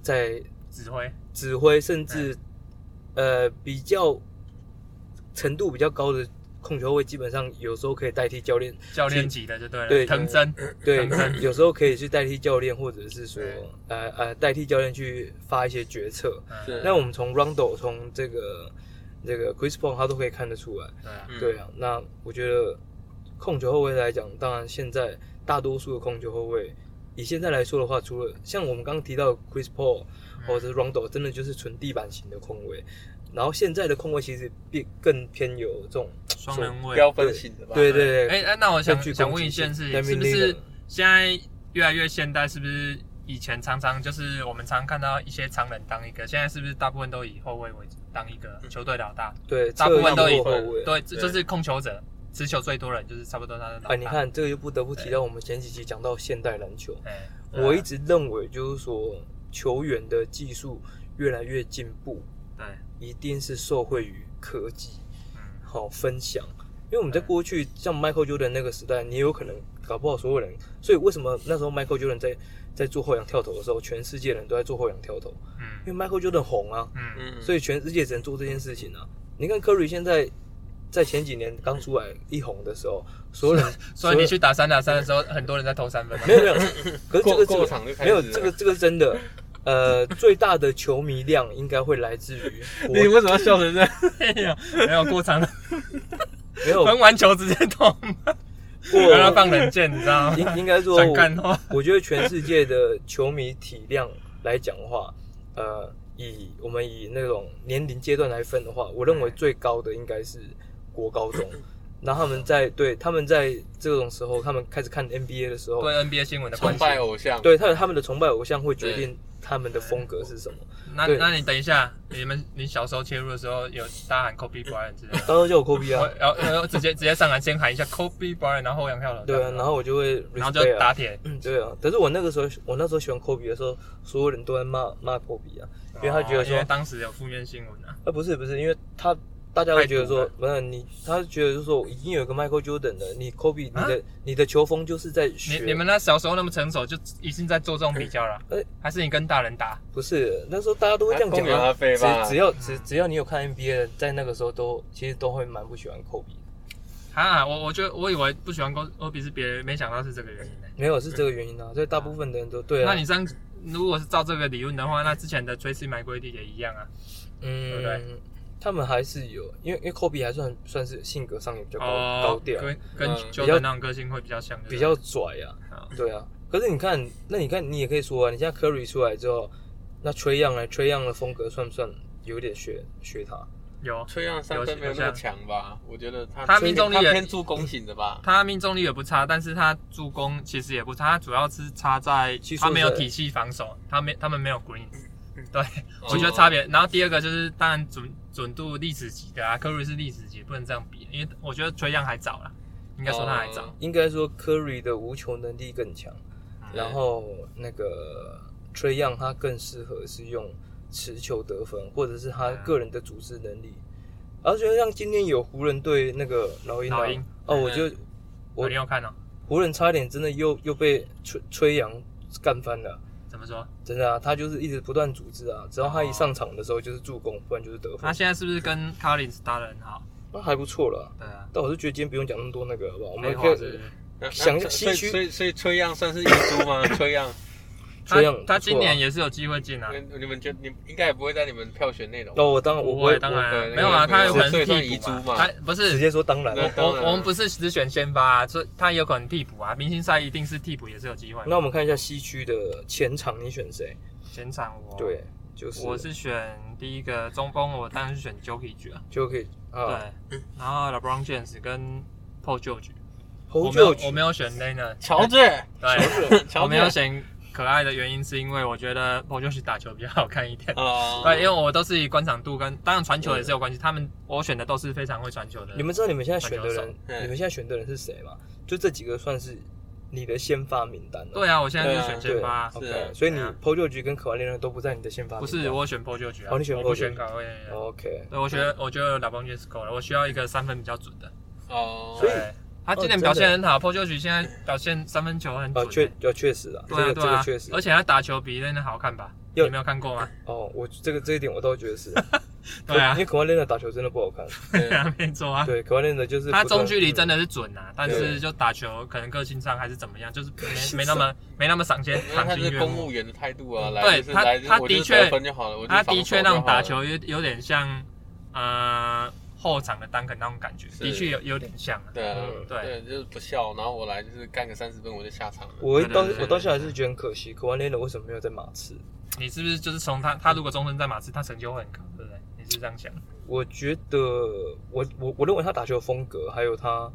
Speaker 2: 在
Speaker 3: 指挥，
Speaker 2: 指挥，甚至、呃比较程度比较高的控球位，基本上有时候可以代替教练，
Speaker 3: 教练级的就对了，
Speaker 2: 对
Speaker 3: 藤真，
Speaker 2: 对
Speaker 3: 当然，
Speaker 2: 有时候可以去代替教练，或者是说
Speaker 1: 对
Speaker 2: 呃呃代替教练去发一些决策。
Speaker 1: 是
Speaker 2: 那我们从 Rondo 从这个这个 Chris Paul 他都可以看得出来。
Speaker 3: 对啊，
Speaker 1: 嗯
Speaker 2: 对啊，那我觉得控球后卫来讲，当然现在大多数的控球后卫，以现在来说的话，除了像我们刚刚提到的 Chris Paul
Speaker 3: 嗯
Speaker 2: 或者是 Rondo，真的就是纯地板型的控卫。然后现在的控卫其实变更偏有这种，
Speaker 3: 双人位。
Speaker 1: 标分型的吧？
Speaker 2: 对对对，
Speaker 3: 哎哎，那我想
Speaker 2: 更具
Speaker 3: 想
Speaker 2: 攻
Speaker 3: 问
Speaker 2: 击
Speaker 3: 一件
Speaker 2: 性
Speaker 3: 事情，是不
Speaker 2: Damian
Speaker 3: 是
Speaker 2: Lillard
Speaker 3: 现在越来越现代？是不是以前常常就是我们常看到一些常人当一个，现在是不是大部分都以后卫为主当一个球队老大？
Speaker 2: 对，
Speaker 3: 大部分都
Speaker 2: 侧
Speaker 3: 以
Speaker 2: 翼或后卫。
Speaker 3: 对，这
Speaker 1: 对
Speaker 3: 就是控球者，持球最多的人就是差不多他的老大。
Speaker 2: 啊，你，看这个就不得不提到我们前几集讲到现代篮球，
Speaker 3: 哎，
Speaker 2: 我一直认为就是说球员的技术越来越进步，
Speaker 3: 对，
Speaker 2: 一定是受惠于科技。
Speaker 3: 嗯，
Speaker 2: 好分享。因为我们在过去像 Michael Jordan 那个时代，你有可能搞不好所有人，所以为什么那时候 Michael Jordan 在在做后仰跳投的时候，全世界人都在做后仰跳投，
Speaker 3: 嗯，
Speaker 2: 因为 Michael Jordan 红啊，
Speaker 3: 嗯，
Speaker 1: 嗯，
Speaker 2: 所
Speaker 1: 以
Speaker 2: 以全世界只能做这件事情啊。你看 Curry 现在在前几年刚出来一红的时候，所有 人
Speaker 3: 所以你去打三打三的时候，很多人在投三 分嘛。
Speaker 2: 没有没有， 可是这
Speaker 1: 过
Speaker 2: 个这
Speaker 1: 过
Speaker 2: 个
Speaker 1: 场就开
Speaker 2: 没
Speaker 1: 始
Speaker 2: 有
Speaker 1: 了
Speaker 2: 这个这个是真的，呃，最大的球迷量应该会来自于国
Speaker 1: 你为什么要笑成这样？
Speaker 3: 没有，没有过场，
Speaker 2: 没有
Speaker 3: 分完球直接投，让他
Speaker 2: 过
Speaker 3: 放冷箭，你知 道吗？
Speaker 2: 应应该说
Speaker 3: 想干话。
Speaker 2: 我觉得全世界的球迷体量来讲的话，呃，以我们以那种年龄阶段来分的话，我认为最高的应该是国高 中。然后他们在对他们在这种时候，他们开始看 NBA 的时候，
Speaker 3: 对 NBA 新闻的
Speaker 1: 崇
Speaker 3: 关系。
Speaker 2: 哦
Speaker 1: 拜偶像，
Speaker 2: 对他有他们的崇拜偶像会决定他们的风格是什么。
Speaker 3: 那
Speaker 2: 对
Speaker 3: 那你等一下，你们你小时候切入的时候有大家喊 Kobe Bryant 之类的吗，
Speaker 2: 当时候叫我 Kobe
Speaker 3: 然后
Speaker 2: 啊，
Speaker 3: 然后然后直接直接上来先喊一下 Kobe Bryant，然后后仰跳投，
Speaker 2: 对啊，然后我就会
Speaker 3: 然后
Speaker 2: respect
Speaker 3: 就
Speaker 2: 啊
Speaker 3: 打铁，
Speaker 2: 嗯，对啊。可是我那个时候，我那时候喜欢 Kobe 的时候，所有人都在骂骂 Kobe 啊，因为他觉得
Speaker 3: 哦因
Speaker 2: 说呃
Speaker 3: 为当时有负面新闻啊，
Speaker 2: 啊，不是不是，因为他大家会觉得
Speaker 3: 太
Speaker 2: 说
Speaker 3: 毒，
Speaker 2: 不是你，他觉得就是说已经有一个 Michael Jordan 了，你 Kobe 你的、你的球风就是在学，
Speaker 3: 啊你你们那小时候那么成熟，就已经在做这种比 较了
Speaker 2: 哎，
Speaker 3: 还是你跟大人打？
Speaker 2: 不是那时候大家都会这样
Speaker 1: 公
Speaker 2: 讲
Speaker 1: 园
Speaker 2: 啊
Speaker 1: 阿。飞吧，
Speaker 2: 只只要只只要你有看 NBA 的，在那个时候都其实都会蛮不喜欢 Kobe 的，
Speaker 3: 啊，我我觉得我以为不喜欢高欧比是别人，没想到是这个原因呢。
Speaker 2: 没有是这个原因啊，所以大部分的人都对啊。
Speaker 3: 那你这样，如果是照这个理论的话，那之前的追 a 买规定也一样啊。对不对
Speaker 2: 嗯，他们还是有，因为因为 Kobe 还算算是性格上也比较高、
Speaker 3: 哦，
Speaker 2: 高调，
Speaker 3: 跟跟
Speaker 1: 嗯
Speaker 3: j o
Speaker 2: 比较
Speaker 3: r 那种个性会比较像，对不对
Speaker 2: 比较拽啊。
Speaker 3: 好
Speaker 2: 对啊，可是你看，那你看，你也可以说啊，你现在 Curry 出来之后，那吹样来吹样的风格算不算有点学学他？
Speaker 3: 有啊
Speaker 1: 崔样三分没有那么强吧？我觉得他
Speaker 3: 他命中率也
Speaker 1: 他偏助攻型的吧。
Speaker 3: 他命中率也不差，但是他助攻其实也不差，他主要是差在
Speaker 2: 技术
Speaker 3: 他没有
Speaker 2: 在
Speaker 3: 体系防守，他没他们没有 green，对
Speaker 1: 哦
Speaker 3: 嗯我觉得差别。然后第二个就是当然准准度历史级的啊，科瑞是历史级，不能这样比，因为我觉得崔样还早啦，应该说他还早
Speaker 1: 哦，
Speaker 2: 应该说 Curry 的无球能力更强，
Speaker 1: 嗯
Speaker 3: 嗯
Speaker 2: 然后那个吹样他更适合是用持球得分，或者是他个人的组织能力。而且像今天有湖人队那个老鹰啊
Speaker 3: 老鹰嗯
Speaker 2: 哦，我就
Speaker 3: 我
Speaker 2: 我
Speaker 3: 你有看哦？
Speaker 2: 湖人差点真的又又被吹吹杨干翻了。
Speaker 3: 怎么说？
Speaker 2: 真的啊，他就是一直不断组织啊，只要他一上场的时候就是助攻，不然就是得
Speaker 3: 他
Speaker 2: 分，
Speaker 3: 哦啊现在是不是跟 Collins 搭的很好？
Speaker 2: 那还不错了啊。
Speaker 3: 对啊，
Speaker 2: 但我是觉得今天不用讲那么多那个，好不好？我
Speaker 3: 没
Speaker 2: 们
Speaker 3: 啊话
Speaker 2: 可
Speaker 3: 是不是
Speaker 2: 以
Speaker 1: 那那
Speaker 2: 想
Speaker 1: 所以
Speaker 2: 西区
Speaker 1: 所以所以崔样算是遗珠吗？ 崔样，
Speaker 2: 这样
Speaker 3: 他他今年
Speaker 2: 也
Speaker 3: 也是有机会进啊，
Speaker 1: 你你们觉得你应该也不会在你们票选内容吧。
Speaker 2: 哦，我当然我
Speaker 3: 不
Speaker 2: 不
Speaker 3: 会，
Speaker 2: 会，
Speaker 3: 当然
Speaker 1: 我
Speaker 3: 啊
Speaker 1: 对
Speaker 3: 没有
Speaker 1: 那个
Speaker 3: 啊，他有可能
Speaker 1: 所以算
Speaker 3: 替补啊
Speaker 1: 遗珠嘛
Speaker 3: 他不
Speaker 2: 我直
Speaker 3: 是
Speaker 2: 接说当然
Speaker 1: 对
Speaker 2: 了。
Speaker 1: 当
Speaker 3: 我
Speaker 1: 然
Speaker 3: 我们不是只选先发啊，所以他有可能替补啊。明星赛一定是替补也是有机会嘛。
Speaker 2: 那我们看一下西区的前场，你选谁？
Speaker 3: 前场我，
Speaker 2: 对，就是
Speaker 3: 哦我是选第一个中锋，我当然是选 Jokic 啊。
Speaker 2: 就可以啊，
Speaker 3: 对，然后 LeBron James 跟 Paul George，
Speaker 2: 侯
Speaker 3: 我没有
Speaker 2: 就
Speaker 3: 我没有选 l e n a
Speaker 1: 乔治，
Speaker 3: 对，
Speaker 1: 乔
Speaker 3: 我
Speaker 1: 治
Speaker 3: 没有选可爱的原因是因为我觉得 Paul George 打球比较好看一点。
Speaker 1: 哦
Speaker 3: 对，因为我都是以观赏度跟当然传球也是有关系，他们我选的都是非常会传球的。
Speaker 2: 你们知道你们现在选的人，
Speaker 1: 嗯
Speaker 2: 你们现在选的人是谁吗？就这几个算是你的先发名单了。
Speaker 3: 对啊，我现在就是选
Speaker 1: 对
Speaker 3: 先发啊，
Speaker 1: 是
Speaker 2: OK，
Speaker 1: 啊
Speaker 2: 所以你
Speaker 3: 对啊
Speaker 2: PO 六局跟可玩恋人都不在你的先发名
Speaker 3: 不
Speaker 2: 单。
Speaker 3: 是我选 Paul George 啊，
Speaker 2: 哦你选
Speaker 3: 我不
Speaker 2: Paul
Speaker 3: 选
Speaker 2: George
Speaker 3: 卡位啊。
Speaker 2: OK，
Speaker 3: 对，我觉得我觉得老邦爵是够了，我需要一个三分比较准的。
Speaker 1: 哦，
Speaker 2: 所以
Speaker 3: 对他今年表现很好 p o j o 现在表现三分球很
Speaker 2: 啊，
Speaker 3: 准欸。
Speaker 2: 确要确实啊，这
Speaker 3: 对啊
Speaker 2: 个这
Speaker 3: 对
Speaker 2: 个
Speaker 3: 啊
Speaker 2: 确实，
Speaker 3: 而且他打球比 l e n 好看吧？
Speaker 2: 有
Speaker 3: 你没有看过吗？
Speaker 2: 哦，我这个这一点我倒觉得是，
Speaker 3: 对啊
Speaker 2: 因为可万练的打球真的不好看，
Speaker 1: 对
Speaker 3: 对啊，没错啊。
Speaker 2: 对，可万练的就是
Speaker 3: 他
Speaker 2: 不断
Speaker 3: 中距离
Speaker 2: 嗯
Speaker 3: 真的是准啊，但是就打球可能个性上还是怎么样，就是没没那么没那么赏心
Speaker 1: 因为
Speaker 3: 赏
Speaker 1: 他
Speaker 3: 心
Speaker 1: 是
Speaker 3: 悦
Speaker 1: 公
Speaker 3: 目。
Speaker 1: 务员的态度啊，来
Speaker 3: 嗯对
Speaker 1: 就是
Speaker 3: 他
Speaker 1: 来就是
Speaker 3: 他
Speaker 1: 我
Speaker 3: 的
Speaker 1: 就是
Speaker 3: 确
Speaker 1: 得分就好了，我就是
Speaker 3: 他
Speaker 1: 防
Speaker 3: 的
Speaker 1: 守
Speaker 3: 确
Speaker 1: 就
Speaker 3: 那种
Speaker 1: 好
Speaker 3: 打
Speaker 1: 了
Speaker 3: 球有有点像呃后场的 Duncan 那种感觉，的确有有点像啊。
Speaker 1: 对啊
Speaker 2: 嗯
Speaker 1: 对，就是不笑，然后我来就是干个三十分我就下场了。
Speaker 2: 我
Speaker 3: 对对
Speaker 2: 到
Speaker 3: 对对
Speaker 2: 我到现在还是觉得很可惜，可万练的为什么没有在马刺？
Speaker 3: 你是不是就是从他他如果终身在马刺，他成就会很高，对不对？你是这样想？
Speaker 2: 我觉得我我我认为他打球的风格，还有他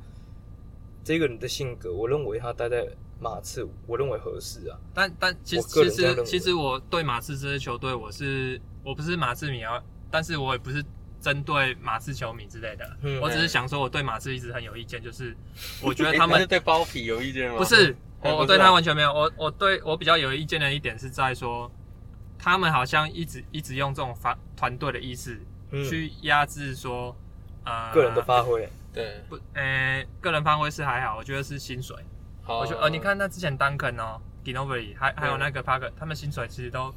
Speaker 2: 这个人的性格，我认为他待在马刺，我认为合适啊。
Speaker 3: 但但其
Speaker 2: 我
Speaker 3: 实
Speaker 2: 个
Speaker 3: 其
Speaker 2: 人这样认
Speaker 3: 实
Speaker 2: 为
Speaker 3: 其实我对马刺这支球队，我是我不是马刺迷啊，但是我也不是针对马刺球迷之类的，
Speaker 2: 嗯
Speaker 3: 我只是想说我对马刺一直很有意见，就是我觉
Speaker 1: 诶
Speaker 3: 得他
Speaker 1: 你
Speaker 2: 哎
Speaker 1: 是
Speaker 3: 们
Speaker 1: 对包皮有意见吗？
Speaker 3: 不是
Speaker 1: 哎
Speaker 3: 我
Speaker 1: 不
Speaker 3: 我
Speaker 1: 是
Speaker 3: 对
Speaker 1: 啊
Speaker 3: 他完全没有，我我对我比较有意见的一点是在说，他们好像一直一直用这种发团队的意识
Speaker 2: 嗯，
Speaker 3: 去压制说，呃，
Speaker 2: 个人的发挥，
Speaker 1: 对，
Speaker 3: 不，呃，个人发挥是还好，我觉得是薪水。
Speaker 1: 好
Speaker 3: 我觉得
Speaker 2: 哦
Speaker 3: 呃，你看那之前 Duncan 哦 g i n o v e r y 还还有那个 Parker，他们薪水其实都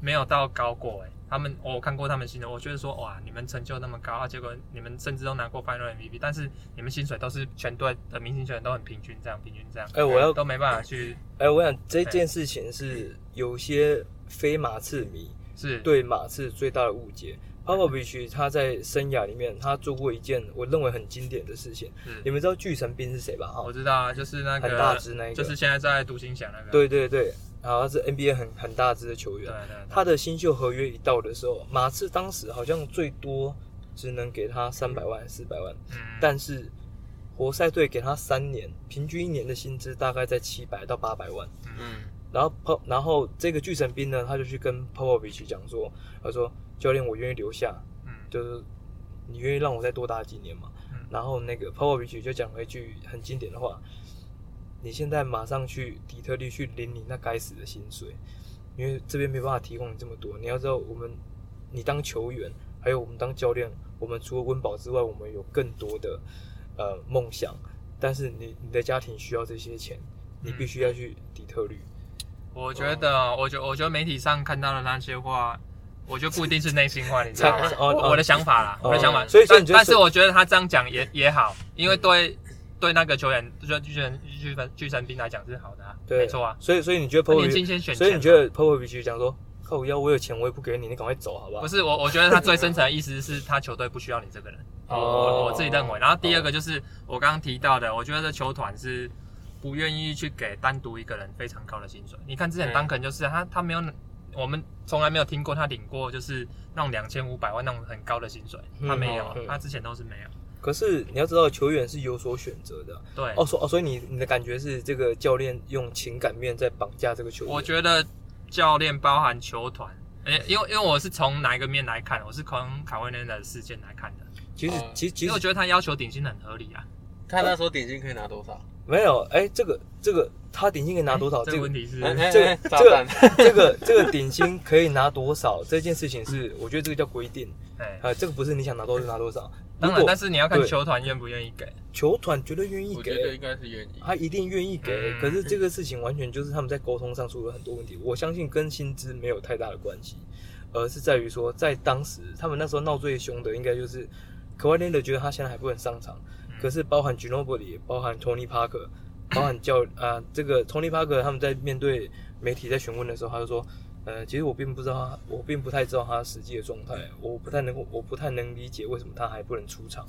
Speaker 3: 没有到高过哎。他们我看过他们薪水，我觉得说哇，你们成就那么高，啊，结果你们甚至都拿过 Final MVP，但是你们薪水都是全队的明星球员都很平均这样，平均这样，
Speaker 2: 哎，我要
Speaker 3: 都没办法去
Speaker 2: 哎，我想这件事情是有些非马刺迷
Speaker 3: 是
Speaker 2: 对马刺最大的误解。Popovich 他在生涯里面，他做过一件我认为很经典的事情。
Speaker 3: 是
Speaker 2: 你们知道巨神兵是谁吧？
Speaker 3: 我
Speaker 2: 哈，
Speaker 3: 知道啊，就是那
Speaker 2: 很大
Speaker 3: 个
Speaker 2: 只那一个，
Speaker 3: 就是现在在独行侠那个，
Speaker 2: 对对对，然后他是 NBA 很很大只的球
Speaker 3: 对
Speaker 2: 员。
Speaker 3: 对，对
Speaker 2: 他的新秀合约一到的时候，马刺当时好像最多只能给他三百万、四百万，
Speaker 3: 嗯
Speaker 2: 但是活塞队给他三年，平均一年的薪资大概在七百到八百万。
Speaker 3: 嗯
Speaker 1: 嗯，
Speaker 2: 然后 Po，然后这个巨神兵呢，他就去跟 Popovich 讲说，他说教练，我愿意留下，
Speaker 3: 嗯
Speaker 2: 就是你愿意让我再多打几年嘛？
Speaker 3: 嗯
Speaker 2: 然后那个 Popovich 就讲了一句很经典的话：“你现在马上去底特律去领你那该死的薪水，因为这边没办法提供你这么多。你要知道，我们你当球员，还有我们当教练，我们除了温饱之外，我们有更多的呃梦想，但是你你的家庭需要这些钱，你必须要去底特律。
Speaker 3: 我觉得，我觉我觉得媒体上看到的那些话，我觉得不一定是内心话，你知道吗
Speaker 2: 才？哦哦
Speaker 3: 我的想法啦，
Speaker 2: 哦
Speaker 3: 我的想法。
Speaker 2: 所以所以
Speaker 3: 但
Speaker 2: 你觉得
Speaker 3: 但是
Speaker 2: 是嗯
Speaker 3: 我觉得他这样讲也也好，因为对对那个球员，就巨人巨人巨神兵来讲是好的啊，
Speaker 2: 对，
Speaker 3: 没错啊。
Speaker 2: 所以所以你觉得
Speaker 3: 他
Speaker 2: p o
Speaker 3: 年轻
Speaker 2: v
Speaker 3: 先选，
Speaker 2: 所以你觉？得 p o v i c 讲说，靠腰我有钱我也不给你，你赶快走好不好？
Speaker 3: 不是我，我觉得他最深层的意思是他球队不需要你这个人，
Speaker 2: 哦
Speaker 3: 我我自己认为。然后第二个就是我刚刚提到的，我觉得球团是不愿意去给单独一个人非常高的薪水。你看之前
Speaker 1: 嗯
Speaker 3: 当肯就是啊他他没有，我们从来没有听过他领过就是那种两千五百万那种很高的薪水，
Speaker 2: 嗯
Speaker 3: 他没有
Speaker 2: 嗯嗯，
Speaker 3: 他之前都是没有。
Speaker 2: 可是你要知道，球员是有所选择的。
Speaker 3: 对，
Speaker 2: 哦，所哦，所以你你的感觉是这个教练用情感面在绑架这个球员？
Speaker 3: 我觉得教练包含球团，诶因为因为我是从哪一个面来看，我是从卡威内的事件来看的，
Speaker 2: 其实
Speaker 1: 哦
Speaker 2: 其实其
Speaker 3: 因为我
Speaker 2: 实
Speaker 3: 觉得他要求顶薪很合理啊。
Speaker 1: 他那时候顶薪可以拿多少？
Speaker 2: 没有，哎，这个这个他顶薪可以拿多少？哦这
Speaker 3: 这个
Speaker 2: 个
Speaker 3: 问题是，
Speaker 1: 哎哎
Speaker 2: 嗯这个
Speaker 1: 哎
Speaker 2: 这个
Speaker 1: 炸弹，
Speaker 2: 这个这个顶薪可以拿多少？这件事情是我觉得这个叫规定，
Speaker 3: 哎，
Speaker 2: 啊，这个不是你想拿多少就拿多少。如
Speaker 3: 当然，
Speaker 2: 果
Speaker 3: 但是你要看
Speaker 2: 对
Speaker 3: 球团愿不愿意给。
Speaker 2: 球团绝对愿意
Speaker 1: 我觉得
Speaker 2: 给
Speaker 1: 应，该是愿意。
Speaker 2: 他一定愿意给。
Speaker 3: 嗯
Speaker 2: 可是这个事情完全就是他们在沟通上出了很多问题，我相信跟薪资没有太大的关系，而是在于说，在当时他们那时候闹最凶的，应该就是可怀内德觉得他现在还不能上场，
Speaker 3: 嗯
Speaker 2: 可是包含 g i n o b i 包含 Tony Parker，包含教啊这个 Tony Parker 他们在面对媒体在询问的时候，他就说。呃，其实我并不知道他，我并不太知道他实际的状态，我不太能，我不太能理解为什么他还不能出场。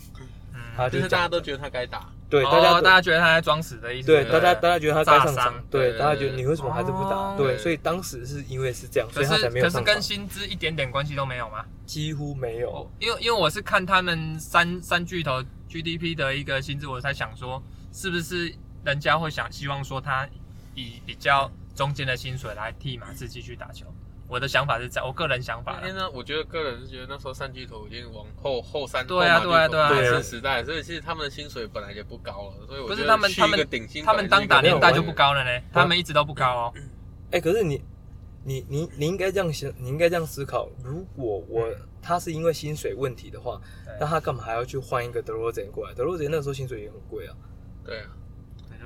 Speaker 3: 嗯，
Speaker 2: 他
Speaker 1: 就是大家都觉得他该打，
Speaker 2: 对，
Speaker 3: 哦
Speaker 2: 大家都
Speaker 3: 大家觉得他在装死的意思，
Speaker 2: 对，
Speaker 3: 不
Speaker 2: 大家大家觉得他该上
Speaker 3: 炸
Speaker 2: 场
Speaker 3: 伤，
Speaker 1: 对
Speaker 2: 对，
Speaker 1: 对
Speaker 2: 大家觉得
Speaker 1: 对
Speaker 2: 你为什么还是不打
Speaker 3: 哦？
Speaker 2: 对，
Speaker 1: 对
Speaker 2: 所以当时是因为是这样，所以
Speaker 3: 可
Speaker 2: 他
Speaker 3: 是
Speaker 2: 才没有
Speaker 3: 可是
Speaker 2: 上场
Speaker 3: 跟，薪资一点点关系都没有吗？
Speaker 2: 几乎没有
Speaker 3: 哦。，因为因为我是看他们三三巨头 GDP 的一个薪资，我才想说是不是人家会想希望说他以比较中间的薪水来替马刺继续打球。我的想法是这样，我个人想法
Speaker 1: 那
Speaker 3: 啦
Speaker 1: 天呢，我觉得个人是觉得那时候三巨头已经往后后三
Speaker 3: 对啊
Speaker 1: 后
Speaker 3: 对
Speaker 1: 马巨
Speaker 3: 啊
Speaker 1: 头
Speaker 3: 对啊
Speaker 2: 对啊
Speaker 1: 马刺时代，所以其实他们的薪水本来也不高了，所以我
Speaker 3: 不是
Speaker 1: 觉得
Speaker 3: 他们
Speaker 1: 去
Speaker 3: 他
Speaker 1: 一
Speaker 3: 们
Speaker 1: 个顶薪
Speaker 3: 他
Speaker 1: 本来
Speaker 3: 们
Speaker 1: 是
Speaker 3: 当打
Speaker 1: 一个
Speaker 3: 年代就
Speaker 1: 很
Speaker 3: 不高了呢，他们一直都不高哦。
Speaker 2: 哎，可是你你你你应该这样想，你应该这样思考：如果我他是因为薪水问题的话，那
Speaker 3: 嗯对
Speaker 2: 他干嘛还要去换一个德罗赞过来？德罗赞那时候薪水也很贵啊。
Speaker 1: 对啊，
Speaker 3: 对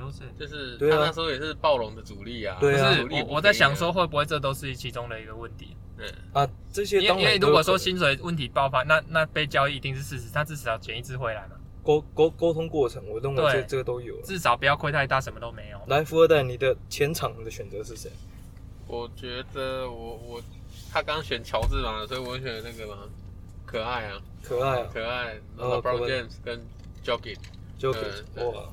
Speaker 3: 就是
Speaker 1: 就是
Speaker 2: 对啊
Speaker 1: 他那时候也是暴龙的主力啊，
Speaker 2: 对啊
Speaker 3: 不
Speaker 1: 主力
Speaker 3: 是
Speaker 1: 不
Speaker 3: 我我在
Speaker 1: 便宜
Speaker 3: 想
Speaker 1: 啊
Speaker 3: 说，会不会这都是其中的一个问题？
Speaker 1: 嗯，
Speaker 2: 啊，这些
Speaker 3: 因
Speaker 2: 当
Speaker 3: 为因为
Speaker 2: 然都
Speaker 3: 如
Speaker 2: 有可能
Speaker 3: 果说薪水问题爆发，那那被交易一定是事实，他至少捡一只回来嘛，
Speaker 2: 沟沟沟通过程，我认为这
Speaker 3: 对
Speaker 2: 这个都有了。
Speaker 3: 至少不要亏太大，什么都没有。
Speaker 2: 来，富二代，你的前场的选择是谁？
Speaker 1: 我觉得我我他刚选乔治嘛，所以我选那个嘛，可爱啊，
Speaker 2: 可爱啊，
Speaker 1: 可爱，然后
Speaker 2: 哦
Speaker 1: Brown
Speaker 2: 可爱
Speaker 1: James 跟 Jogging，
Speaker 2: 就给
Speaker 1: 对
Speaker 2: 哇，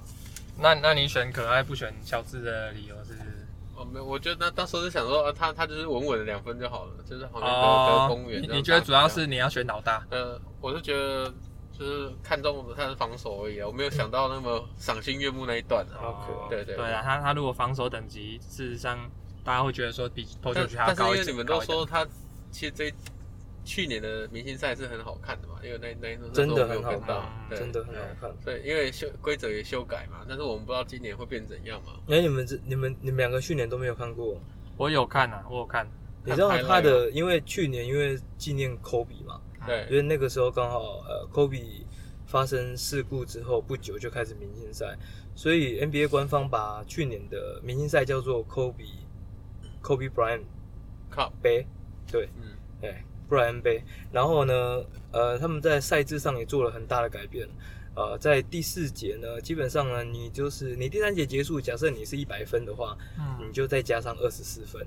Speaker 3: 那那你选可爱不选乔治的理由是？
Speaker 1: 哦没有，我觉得那当时是想说，啊、他他就是稳稳的两分就好了，就是好像得、得公务员
Speaker 3: 哦你
Speaker 1: 这样打。
Speaker 3: 你觉得主要是你要选老大？
Speaker 1: 呃，我是觉得就是看中他的防守而已啊，我没有想到那么赏心悦目那一段啊。
Speaker 2: 好可爱
Speaker 1: 对对
Speaker 3: 对啊，他他如果防守等级，事实上大家会觉得说比投球
Speaker 1: 但
Speaker 3: 区还要
Speaker 1: 但是
Speaker 3: 高
Speaker 1: 因
Speaker 3: 一
Speaker 1: 为
Speaker 3: 点。
Speaker 1: 你们都说他其实这去年的明星赛是很好看的嘛，因为那那那时
Speaker 2: 真
Speaker 1: 候
Speaker 2: 的
Speaker 1: 我没有
Speaker 2: 很好
Speaker 1: 跟到
Speaker 3: 看，
Speaker 1: 对
Speaker 2: 真的很好看。
Speaker 1: 对，因为修规则也修改嘛，但是我们不知道今年会变怎样嘛。
Speaker 2: 哎、你们这、你们、你们两个去年都没有看过，
Speaker 3: 我有看啊，我有看。
Speaker 2: 你知道
Speaker 1: 看 highlight
Speaker 2: 他的，因为去年因为纪念科比嘛，因
Speaker 1: 对，
Speaker 2: 为那个时候刚好呃科比发生事故之后不久就开始明星赛，所以 NBA 官方把去年的明星赛叫做科比 Kobe Bryant
Speaker 1: 靠，
Speaker 2: 杯，对，
Speaker 1: 嗯，
Speaker 2: 哎，布莱恩杯。然后呢，呃，他们在赛制上也做了很大的改变。呃，在第四节呢，基本上呢，你就是你第三节结束，假设你是一百分的话，你
Speaker 3: 嗯，
Speaker 2: 就再加上二十四分，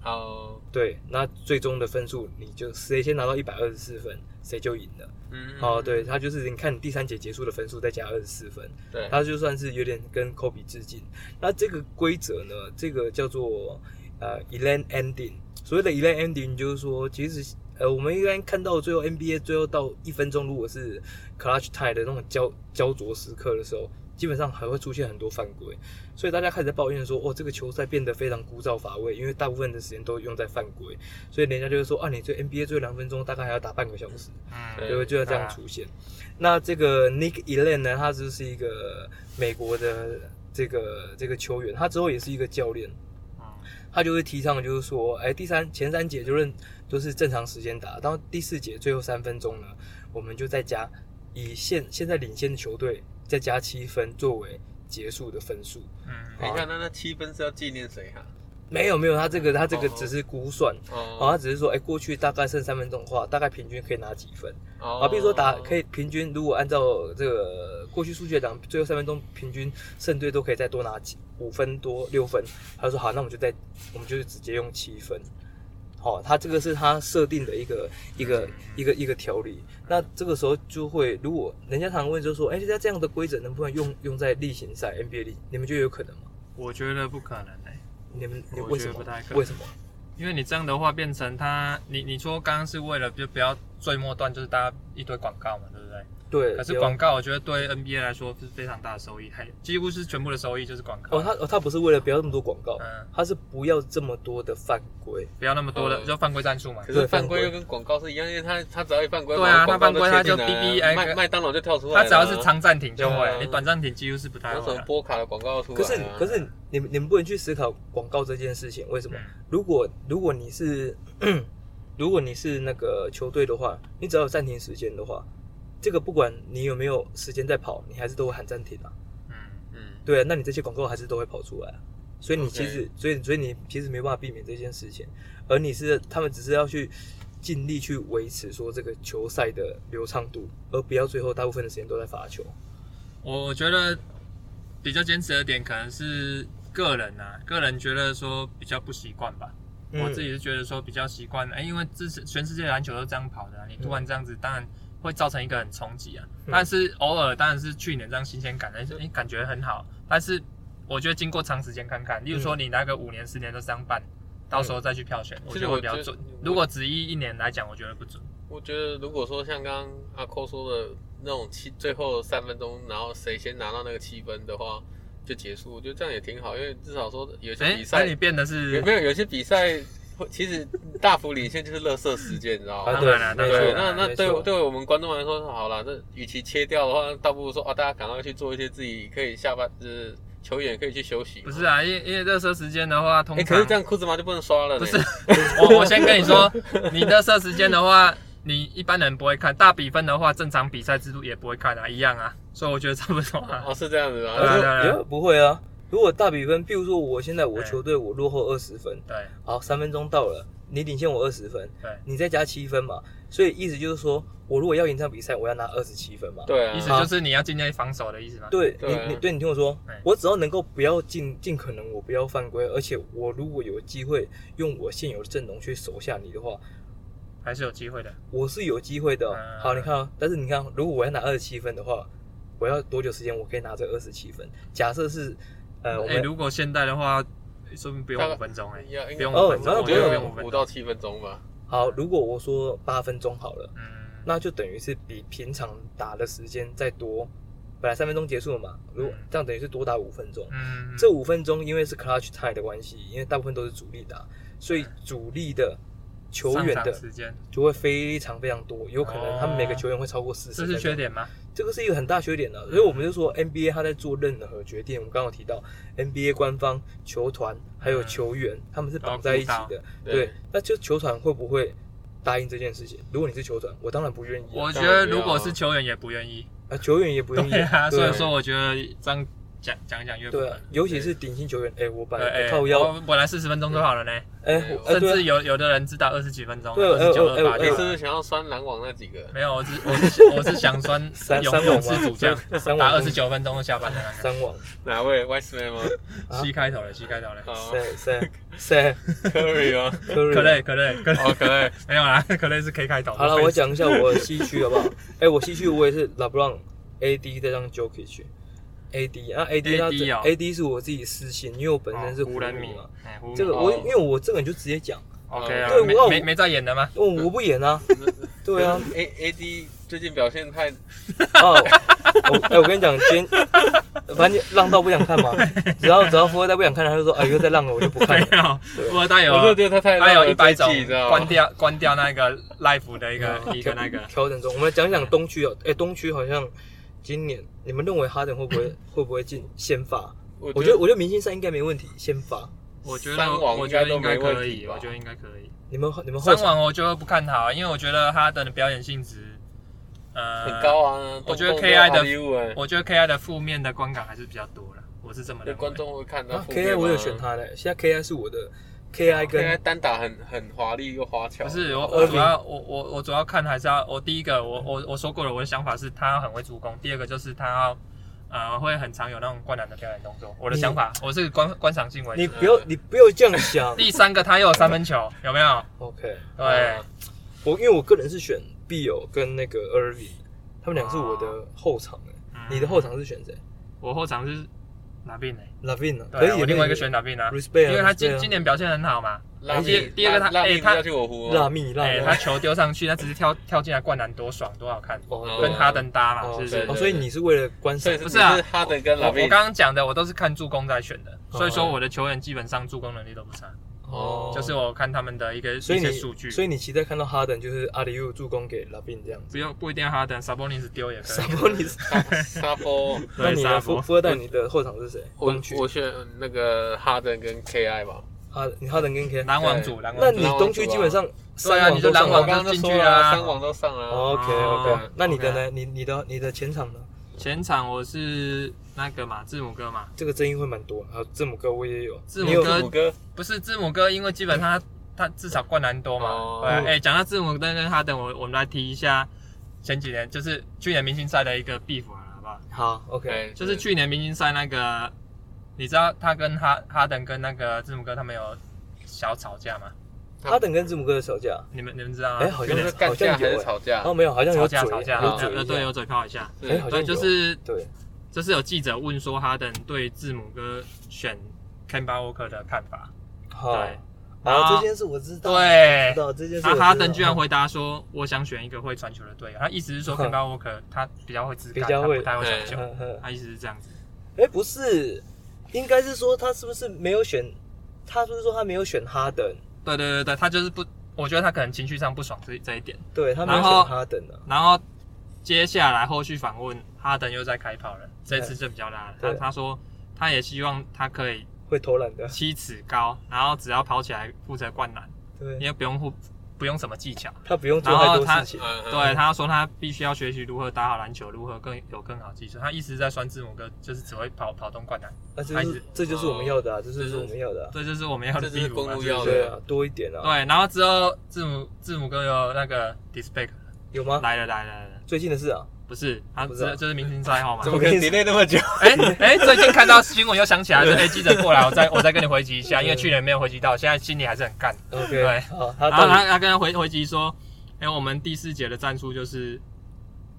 Speaker 1: 好，
Speaker 2: 对，那最终的分数你就谁先拿到一百二十四分，谁就赢了。
Speaker 1: 嗯，
Speaker 2: 哦，对，他就是你看你第三节结束的分数再加二十四分，
Speaker 1: 对，
Speaker 2: 他就算是有点跟科比致敬。那这个规则呢，这个叫做呃 Elan Ending。所谓的 Elan Ending 就是说，其实呃我们一般看到最后 NBA 最后到一分钟，如果是 clutch time 的那种焦焦灼时刻的时候，基本上还会出现很多犯规，所以大家开始在抱怨说，哦，这个球赛变得非常枯燥乏味，因为大部分的时间都用在犯规，所以人家就会说，啊，你最 NBA 最后两分钟大概还要打半个小时。
Speaker 3: 嗯
Speaker 1: 对
Speaker 2: 就会就会这样出现。那这个 Nick Elan 呢，他就是一个美国的这个这个球员，他之后也是一个教练，
Speaker 3: 嗯
Speaker 2: 他就会提倡就是说，哎，第三前三节就认都是正常时间打，然后第四节最后三分钟呢，我们就再加以现现在领先的球队再加七分作为结束的分数。
Speaker 3: 嗯，
Speaker 1: 你看，那那七分是要纪念谁哈？
Speaker 2: 没有没有，他这个他这个
Speaker 1: 哦
Speaker 2: 只是估算，哦，他
Speaker 1: 哦
Speaker 2: 只是说，哎，过去大概剩三分钟的话，大概平均可以拿几分啊？
Speaker 1: 哦
Speaker 2: 比如说打可
Speaker 1: 以
Speaker 2: 以平均，如果按照这个过去数据来讲，最后三分钟平均胜队都可以再多拿几五分多六分。他说好，那我们就再我们就直接用七分。好、他这个是他设定的一个一个一个一个条理。那这个时候就会，如果人家常问就说，哎，在这样的规则能不能用用在例行赛 NBA 里？你们觉得有可能吗？
Speaker 3: 我觉得不可能哎、
Speaker 2: 你们你
Speaker 3: 我
Speaker 2: 为
Speaker 3: 觉
Speaker 2: 什
Speaker 3: 得
Speaker 2: 么
Speaker 3: 不太可？能
Speaker 2: 为什么？
Speaker 3: 因为你这样的话变成他，你你说刚刚是为了就不要最末段就是大家一堆广告嘛，对不对？
Speaker 2: 对，
Speaker 3: 可是
Speaker 2: 有
Speaker 3: 广告我觉得对 NBA 来说是非常大的收益，还几乎是全部的收益就是广告。
Speaker 2: 哦，他哦他不是为了不要那么多广告，
Speaker 3: 嗯，
Speaker 2: 他是不要这么多的犯规。
Speaker 3: 不要那么多的
Speaker 1: 哦
Speaker 3: 就犯规战术嘛
Speaker 1: 可。
Speaker 2: 对
Speaker 1: 是犯
Speaker 2: 犯
Speaker 1: 规
Speaker 2: 规
Speaker 1: 又跟广告是一样，因为他他只要一犯规，
Speaker 3: 对啊
Speaker 1: 马上广告
Speaker 3: 他犯规
Speaker 1: 切进
Speaker 3: 他就
Speaker 1: 来
Speaker 3: BBI
Speaker 1: 麦麦当劳就跳出来了
Speaker 3: 他
Speaker 1: 啊。
Speaker 3: 只要是长暂停就
Speaker 1: 对啊
Speaker 3: 会，你短暂停几乎是不
Speaker 1: 有
Speaker 3: 太
Speaker 1: 什
Speaker 3: 会啊
Speaker 1: 么
Speaker 3: 的。
Speaker 1: 波卡的广告出来
Speaker 2: 可
Speaker 1: 啊。
Speaker 2: 是可是你们你们不能去思考广告这件事情，为什么？
Speaker 3: 嗯
Speaker 2: 如果如果你是 如果你是那个球队的话，你只要有暂停时间的话，这个不管你有没有时间在跑，你还是都会喊暂停啊。
Speaker 3: 嗯，
Speaker 1: 嗯，
Speaker 2: 对啊，那你这些广告还是都会跑出来啊。所以你
Speaker 1: OK
Speaker 2: 其实所以所以你其实没办法避免这件事情，而你是他们只是要去尽力去维持说这个球赛的流畅度，而不要最后大部分的时间都在罚球。
Speaker 3: 我觉得比较坚持的点可能是个人啊，个人觉得说比较不习惯吧。我
Speaker 1: 嗯
Speaker 2: 嗯
Speaker 3: 自己是觉得说比较习惯，哎、因为这是全世界篮球都这样跑的、啊，你突
Speaker 1: 嗯
Speaker 3: 然这样子，当然会造成一个很冲击啊。
Speaker 2: 嗯
Speaker 3: 但是偶尔当然是去年这样新鲜感，哎、诶感觉很好。但是我觉得经过长时间看看，例如
Speaker 1: 嗯
Speaker 3: 说你拿个五年十年都这样办，到时候再去票选，我
Speaker 1: 其
Speaker 3: 觉
Speaker 1: 实
Speaker 3: 得
Speaker 1: 我
Speaker 3: 会比较
Speaker 1: 觉得
Speaker 3: 准
Speaker 1: 我。
Speaker 3: 如果只一一年来讲，我觉得不准。
Speaker 1: 我觉得如果说像刚刚阿扣说的那种七最后三分钟，然后谁先拿到那个七分的话就结束，我觉得这样也挺好，因为至少说有些
Speaker 3: 哎
Speaker 1: 比，赛、
Speaker 3: 那你变的是
Speaker 1: 有没有有些比赛会其实大幅领先就是乐色时间，你知道吗？
Speaker 2: 啊，
Speaker 3: 当
Speaker 2: 对
Speaker 3: 然啦，
Speaker 2: 没
Speaker 3: 当
Speaker 1: 对，
Speaker 2: 错
Speaker 3: 然
Speaker 1: 那
Speaker 3: 啦
Speaker 1: 那
Speaker 2: 没
Speaker 1: 对
Speaker 2: 错
Speaker 1: 对我们观众来说，好啦，那与其切掉的话，倒不如说啊，大家赶快去做一些自己可以下班，就是球员可以去休息。
Speaker 3: 不是，啊？因为因为热身时间的话，通
Speaker 1: 哎，可
Speaker 3: 常
Speaker 1: 是这样库兹马就不能刷了呢。
Speaker 3: 不是，啊我我先跟你说，你热射时间的话，你一般人不会看；大比分的话，正常比赛制度也不会看啊，一样啊。所以我觉得差不多啊。
Speaker 1: 哦，是这样子
Speaker 3: 对啊
Speaker 1: 啊。
Speaker 3: 对啊
Speaker 2: 没
Speaker 3: 对
Speaker 2: 有
Speaker 3: 啊
Speaker 2: 不会啊。如果大比分，比如说我现在我
Speaker 3: 哎
Speaker 2: 球队我落后二十分，
Speaker 3: 对
Speaker 2: 好，三分钟到了，你领先我二十分，
Speaker 3: 对，
Speaker 2: 你再加七分嘛，所以意思就是说我如果要赢这场比赛，我要拿二十七分嘛。
Speaker 1: 对啊，
Speaker 3: 意思就是你要尽量防守的意思嘛。
Speaker 2: 对
Speaker 1: 对啊
Speaker 2: 你，你对你听我说
Speaker 3: 哎，
Speaker 2: 我只要能够不要尽尽可能我不要犯规，而且我如果有机会用我现有的阵容去守下你的话，
Speaker 3: 还是有机会的。
Speaker 2: 我是有机会的哦、
Speaker 3: 嗯
Speaker 2: 好，你看啊，但是你看啊，如果我要拿二十七分的话，我要多久时间我可以拿这二十七分？假设是呃，我
Speaker 3: 哎、
Speaker 2: 们
Speaker 3: 如果现代的话，说不定不用五分钟哎、
Speaker 1: 要应
Speaker 3: 不
Speaker 1: 该
Speaker 3: 用
Speaker 2: 哦
Speaker 3: 五分钟，
Speaker 2: 那
Speaker 3: 我
Speaker 1: 我
Speaker 3: 觉
Speaker 1: 觉
Speaker 3: 得不
Speaker 1: 得
Speaker 3: 用五分
Speaker 1: 五
Speaker 3: 钟。
Speaker 1: 到七分钟吧。
Speaker 2: 好，如果我说八分钟好了，
Speaker 3: 嗯，
Speaker 2: 那就等于是比平常打的时间再多，本来三分钟结束了嘛，如果
Speaker 3: 嗯
Speaker 2: 这样等于是多打五分钟。
Speaker 3: 嗯，
Speaker 2: 这五分钟因为是 clutch time 的关系，因为大部分都是主力打，所以主力的球员
Speaker 3: 上场
Speaker 2: 的
Speaker 3: 时间，
Speaker 2: 就会非常非常多，有可能他们每个
Speaker 3: 哦
Speaker 2: 球员会超过四十。
Speaker 3: 这是缺点嗯吗？
Speaker 2: 这个是一个很大缺点的、啊所以我们就说 NBA 他在做任何决定，我们刚刚有提到 NBA 官方、球团还
Speaker 3: 嗯
Speaker 2: 有球员，他们是绑在一起的。
Speaker 1: 啊
Speaker 2: 对，，那就球团会不会答应这件事情？如果你是球团，我当然不愿意啊，
Speaker 3: 我觉得如果是球员也不愿意。
Speaker 2: 啊球员也不愿意
Speaker 3: 对啊，所
Speaker 2: 对
Speaker 3: 以说我觉得这样讲讲一讲越不
Speaker 2: 对
Speaker 3: 可
Speaker 2: 啊
Speaker 3: 能。，
Speaker 2: 尤其是顶薪球员，哎，我把
Speaker 3: 哎哎
Speaker 2: 靠腰，
Speaker 3: 我本来四十分钟就好了呢。
Speaker 2: 哎，
Speaker 1: 对
Speaker 2: 我哎
Speaker 3: 甚
Speaker 2: 对啊
Speaker 3: 至有有的人只打二十几分钟，啊
Speaker 2: 对
Speaker 3: 二十九、
Speaker 2: 哎
Speaker 3: 二
Speaker 2: 哎
Speaker 3: 八
Speaker 2: 哎
Speaker 1: 你
Speaker 3: 六
Speaker 1: 是。不是想要拴篮网那几个？
Speaker 3: 没有，我只我是我是想 穿
Speaker 2: 三
Speaker 3: 勇
Speaker 2: 三
Speaker 3: 勇
Speaker 2: 网
Speaker 3: 士主将，
Speaker 2: 吗？三
Speaker 3: 打
Speaker 2: 网
Speaker 3: 二十九分钟就下班了那个。
Speaker 2: 三网，
Speaker 1: 哪位？Westman 吗？
Speaker 2: 啊
Speaker 3: 七开头了，七开头了。
Speaker 1: 好啊
Speaker 2: 谁谁谁
Speaker 1: ，Curry 吗？
Speaker 3: 可
Speaker 2: 科
Speaker 3: 累可累可累，
Speaker 1: 哦，可以。
Speaker 3: 没有啦，可累是 K 开头。
Speaker 2: 好了，我讲一下我西区好不好？哎，我西区我也是 LeBron、AD 再上 Jokic、AD，那 AD 啊他
Speaker 3: AD 哦
Speaker 2: AD 是我自己私心，因为我本身是
Speaker 3: 哦湖人
Speaker 2: 迷
Speaker 3: 迷
Speaker 2: 嘛。，
Speaker 3: 哎
Speaker 2: 啊
Speaker 3: 湖人
Speaker 2: 这个
Speaker 3: 迷
Speaker 2: 我
Speaker 1: 哦
Speaker 2: 因为我这个人就直接讲，
Speaker 3: OK 啊
Speaker 2: 对，
Speaker 3: 没
Speaker 2: 我
Speaker 3: 没没在演的吗？
Speaker 2: 哦，我不演 啊，对啊，
Speaker 1: ，A A D 最近表现太
Speaker 2: 哦，我哎，我跟你讲，今天反正浪到不想看嘛，只要 只要富二代不想看，他就说哎又在浪了，我就不
Speaker 3: 没
Speaker 2: 看了。
Speaker 3: 有，我他有
Speaker 1: 我真的觉得他太
Speaker 3: 哎他
Speaker 1: 烂了
Speaker 3: 有一百种
Speaker 1: 这季你知道吗
Speaker 3: 关掉关掉那个 life 的 一个 一个那个，
Speaker 2: 调整中。我们来讲一讲东区哦，哎，东区好像今年你 们认为哈登会不会会不会进先发？
Speaker 1: 我
Speaker 2: 我觉得我觉得明星赛应该没问题，先发
Speaker 3: 我觉得
Speaker 1: 三王
Speaker 3: 我觉得
Speaker 1: 应
Speaker 3: 应
Speaker 1: 该
Speaker 3: 该
Speaker 1: 都没问
Speaker 3: 可
Speaker 1: 题
Speaker 3: 以，
Speaker 1: 吧
Speaker 3: 我觉得应该可以。
Speaker 2: 你们你们后
Speaker 3: 三
Speaker 2: 场
Speaker 3: 王我就不看好，因为我觉得他的表演性质，呃，
Speaker 1: 很高啊。
Speaker 3: 我觉得
Speaker 1: 动不动
Speaker 3: KI 的
Speaker 1: 就
Speaker 2: 欸
Speaker 1: RU 哎
Speaker 3: 我觉得 KI 的负面的观感还是比较多了，我是这么
Speaker 1: 对
Speaker 3: 认为。
Speaker 1: 观众会看到
Speaker 2: 啊
Speaker 1: 负面吗。
Speaker 2: ，KI 我有选他嘞，现在 KI 是我的
Speaker 3: 哦
Speaker 2: KI 跟
Speaker 1: KI 单打很很华丽又花巧。
Speaker 3: 不是我，
Speaker 2: 二
Speaker 3: 我
Speaker 2: 比
Speaker 3: 主要我我我主要看还是要我第一个我我我说过了，我的想法是他很会助攻，第二个就是他要呃会很常有那种灌篮的表演动作。我的
Speaker 2: 你
Speaker 3: 想法我是观观赏性为
Speaker 2: 你
Speaker 3: 主。
Speaker 2: 不要你不要这样想
Speaker 3: 第三个他又有三分球，有没有？
Speaker 2: ，OK，
Speaker 1: 啊
Speaker 2: 哦
Speaker 3: 对，
Speaker 2: 我因为我个人是选 b i l 跟那个 Irving，他们俩是我的后场哎、
Speaker 3: 嗯
Speaker 2: 你的后，场是选谁
Speaker 3: 我后场是哪边呢？
Speaker 2: ？Lavin 啊，可
Speaker 3: 对啊，
Speaker 2: 以，
Speaker 3: 我另外一个选哪边呢？
Speaker 2: Respect，啊
Speaker 3: 因为他
Speaker 2: respect
Speaker 3: 今
Speaker 2: 啊
Speaker 3: 今年表现很好嘛。
Speaker 1: 拉
Speaker 3: 第
Speaker 1: 米，
Speaker 3: 第二个他
Speaker 1: 拉
Speaker 3: 哎
Speaker 1: 米
Speaker 3: 他
Speaker 1: 要去我湖哦
Speaker 2: 辣蜜辣
Speaker 3: 哎，
Speaker 2: 蜜
Speaker 3: 他球丢上去，他只是跳跳进来灌篮，多爽多好看，
Speaker 2: 哦
Speaker 3: 跟哈登搭嘛，
Speaker 2: 哦
Speaker 3: 是不
Speaker 1: 对
Speaker 3: 是
Speaker 1: 对
Speaker 2: 哦，？所以你是为了观
Speaker 1: 所
Speaker 2: 赏
Speaker 1: 以是
Speaker 3: 不是啊
Speaker 1: 你哈登跟
Speaker 3: 我
Speaker 1: 拉
Speaker 3: 我
Speaker 1: 米。
Speaker 3: 刚刚讲的，我都是看助攻在选的，所以说
Speaker 2: 哦
Speaker 3: 我的球员基本上助攻能力都不差，
Speaker 1: 哦
Speaker 3: 就是我看他们的一个一
Speaker 2: 所以
Speaker 3: 些
Speaker 2: 你
Speaker 3: 数据，
Speaker 2: 所以你期待看到哈登就是阿里乌助攻给 Lavin 这样子。
Speaker 3: 不用不一定要哈登，Sabonis 丢也可
Speaker 2: 什
Speaker 3: 以。
Speaker 2: 么你？
Speaker 1: 沙波，
Speaker 2: 那
Speaker 3: 对
Speaker 2: 你
Speaker 3: 沙
Speaker 2: 的富
Speaker 3: 佛
Speaker 2: 富二代你的后场是谁？
Speaker 1: 我
Speaker 2: 东区
Speaker 1: 我选那个哈登跟 KI 吧。
Speaker 2: 哈你哈登跟 K，
Speaker 3: 篮网组，篮
Speaker 2: 那
Speaker 3: 网
Speaker 2: 你
Speaker 3: 组，
Speaker 2: 东区基本上
Speaker 3: 对啊
Speaker 2: 三
Speaker 3: 你
Speaker 2: 网
Speaker 3: 就
Speaker 2: 都上
Speaker 3: 篮
Speaker 1: 我
Speaker 3: 网
Speaker 2: 了。
Speaker 1: 刚刚就说了啊，三网都上了啊。
Speaker 2: OK OK，
Speaker 3: 哦
Speaker 2: 那你的
Speaker 3: OK
Speaker 2: 呢？你你的你的前场呢？
Speaker 3: 前场我是那个嘛，字母哥嘛，
Speaker 2: 这个争议会蛮多。还有字母哥我也有，
Speaker 3: 字
Speaker 2: 你
Speaker 3: 母
Speaker 2: 有
Speaker 3: 哥
Speaker 1: 五哥，
Speaker 3: 不是字母哥，因为基本上他他至少灌篮多嘛。
Speaker 1: 哦
Speaker 3: 对啊，哎、讲到字母哥跟哈登，我我们来提一下前几年就是去年明星赛的一个 beef 啊，好不好？哎
Speaker 2: 好 OK，
Speaker 1: 对，
Speaker 3: 就是去年明星赛那个，你知道他跟哈哈登跟那个字母哥他们有小吵架吗？
Speaker 2: 哈登跟字母哥的吵架，
Speaker 3: 你们你们知道吗？
Speaker 2: 哎好
Speaker 1: 就
Speaker 2: 像
Speaker 1: 是干架还是吵架？
Speaker 2: 哦没有，好像有
Speaker 3: 吵
Speaker 2: 嘴
Speaker 3: 架吵架，
Speaker 2: 有
Speaker 3: 好
Speaker 2: 嘴
Speaker 3: 呃
Speaker 2: 一
Speaker 3: 对，有
Speaker 2: 下，
Speaker 3: 嘴炮一下。
Speaker 2: 哎好
Speaker 1: 是
Speaker 2: 像
Speaker 3: 对，
Speaker 2: 有
Speaker 3: 就是
Speaker 2: 对，
Speaker 3: 就是有记者问说哈登对字母哥选 Kemba Walker 的看法，
Speaker 2: 好，
Speaker 3: 对然
Speaker 2: 啊
Speaker 3: 后
Speaker 2: 这件事我知道，
Speaker 3: 对
Speaker 2: 知。道这哦件事我
Speaker 3: 那
Speaker 2: 知道。
Speaker 3: 哈登居然回答说：“我想选一个会传球的队友。”他意思是说
Speaker 2: 哼
Speaker 3: ，Kemba Walker 他比较会自干，
Speaker 2: 嗯比较
Speaker 3: 他
Speaker 2: 会
Speaker 3: 不太会传球。
Speaker 2: 嗯嗯
Speaker 3: 他意思是这样子。
Speaker 2: 哎，不是，应该是说他是不是没有选？他是不是说他没有选哈登？
Speaker 3: 对对对对，他就是不，我觉得他可能情绪上不爽这这一点。
Speaker 2: 对他没有
Speaker 3: 然后
Speaker 2: 选哈登啊。
Speaker 3: 然后接下来后续访问，哈登又在开炮了，这次就比较拉了。
Speaker 2: 对
Speaker 3: 他他说他也希望他可以
Speaker 2: 会投篮的，
Speaker 3: 七尺高，然后只要跑起来负责灌篮，因
Speaker 2: 对，
Speaker 3: 为不用护不用什么技巧。
Speaker 2: 他不用做太多
Speaker 3: 然后他
Speaker 2: 事情。
Speaker 1: 嗯
Speaker 3: 对，，他说他必须要学习如何打好篮球，如何更有更好技术。他一直在酸字母哥，就是只会跑跑动灌篮，
Speaker 2: 那啊这
Speaker 3: 还
Speaker 2: 就是
Speaker 3: 是哦
Speaker 2: 这就是我们要的啊，这就是
Speaker 3: 就是
Speaker 2: 我们要的啊。
Speaker 3: 这就是我们要的
Speaker 1: 这就是
Speaker 3: 地步
Speaker 1: 公
Speaker 3: 嘛
Speaker 1: 路
Speaker 3: 是不
Speaker 1: 要
Speaker 3: 是
Speaker 1: 的
Speaker 2: 对啊，多一点啊。
Speaker 3: 对，然后之后字母字母哥有那个 dispatch
Speaker 2: 有吗？
Speaker 3: 来了来了来了，
Speaker 2: 最近的事啊，
Speaker 3: 不是，他
Speaker 2: 不
Speaker 3: 这
Speaker 2: 是啊
Speaker 3: 这是明星赛后嘛
Speaker 1: 怎？么可以 delay 那么久？
Speaker 3: 哎哎，最近看到新闻又想起来，说哎记者过来，我 再我再跟你回击一下，因为去年没有回击到，现在心里还是很干。
Speaker 2: OK，
Speaker 3: 对
Speaker 2: 好，他
Speaker 3: 然后
Speaker 2: 到
Speaker 3: 他
Speaker 2: 底
Speaker 3: 他跟他回回击说，哎，我们第四节的战术就是。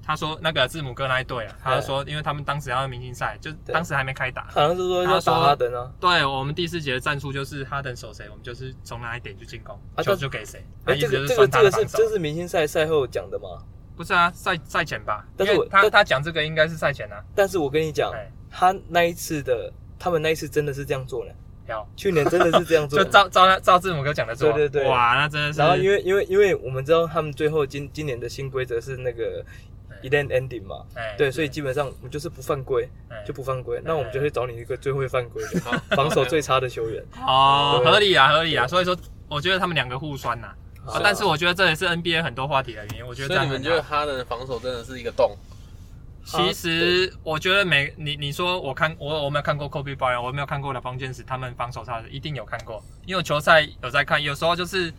Speaker 3: 他说：“那个字母哥那一队啊，他就说，因为他们当时要明星赛，就
Speaker 2: 对
Speaker 3: 当时还没开打。
Speaker 2: 好像是说要
Speaker 3: 他说
Speaker 2: 打哈登啊，
Speaker 3: 对我们第四节的战术就是哈登守谁，我们就是从哪一点去进攻，
Speaker 2: 啊
Speaker 3: 球
Speaker 2: 但
Speaker 3: 就给谁。他
Speaker 2: 哎，
Speaker 3: 意
Speaker 2: 这
Speaker 3: 思就
Speaker 2: 个这
Speaker 3: 是
Speaker 2: 个
Speaker 3: 算他
Speaker 2: 这
Speaker 3: 的
Speaker 2: 个是
Speaker 3: 防守。
Speaker 2: 这是明星赛赛后讲的嘛？
Speaker 3: 不是啊，赛赛前吧，
Speaker 2: 但是
Speaker 3: 因为
Speaker 2: 我
Speaker 3: 他
Speaker 2: 但
Speaker 3: 他讲这个应该是赛前啊，哎
Speaker 2: 但是我跟你讲，
Speaker 3: 对，
Speaker 2: 他那一次的，他们那一次真的是这样做的，
Speaker 3: 有
Speaker 2: 去年真的是这样做
Speaker 3: 就
Speaker 2: 的。
Speaker 3: 照照那照字母哥讲的做，
Speaker 2: 对对对
Speaker 3: 哇，那真的是，
Speaker 2: 然后因为因为因为我们知道他们最后今今年的新规则是那个 event ending 嘛，
Speaker 3: 哎
Speaker 2: 对，所以基本上我们就是不犯规
Speaker 3: 哎
Speaker 2: 就不犯规，那我们就会找你一个最会犯规的、 防守最差的球员。
Speaker 3: 哦，
Speaker 2: 对
Speaker 3: 合理啊，合理啊，所以说我觉得他们两个互酸呐，
Speaker 2: 好
Speaker 3: 啊但是我觉得这也是 NBA 很多话题的原因，我觉得
Speaker 1: 所以
Speaker 3: 啊这样
Speaker 1: 你们
Speaker 3: 很
Speaker 1: 觉得
Speaker 3: 好。
Speaker 1: 哈登的防守真的是一个洞？
Speaker 2: 啊
Speaker 3: 其实我觉得每你你说我看我我没有看过 Kobe Bryant，我没有看过 LeBron James，他们防守差的一定有看过，因为我球赛有在看，有时候就是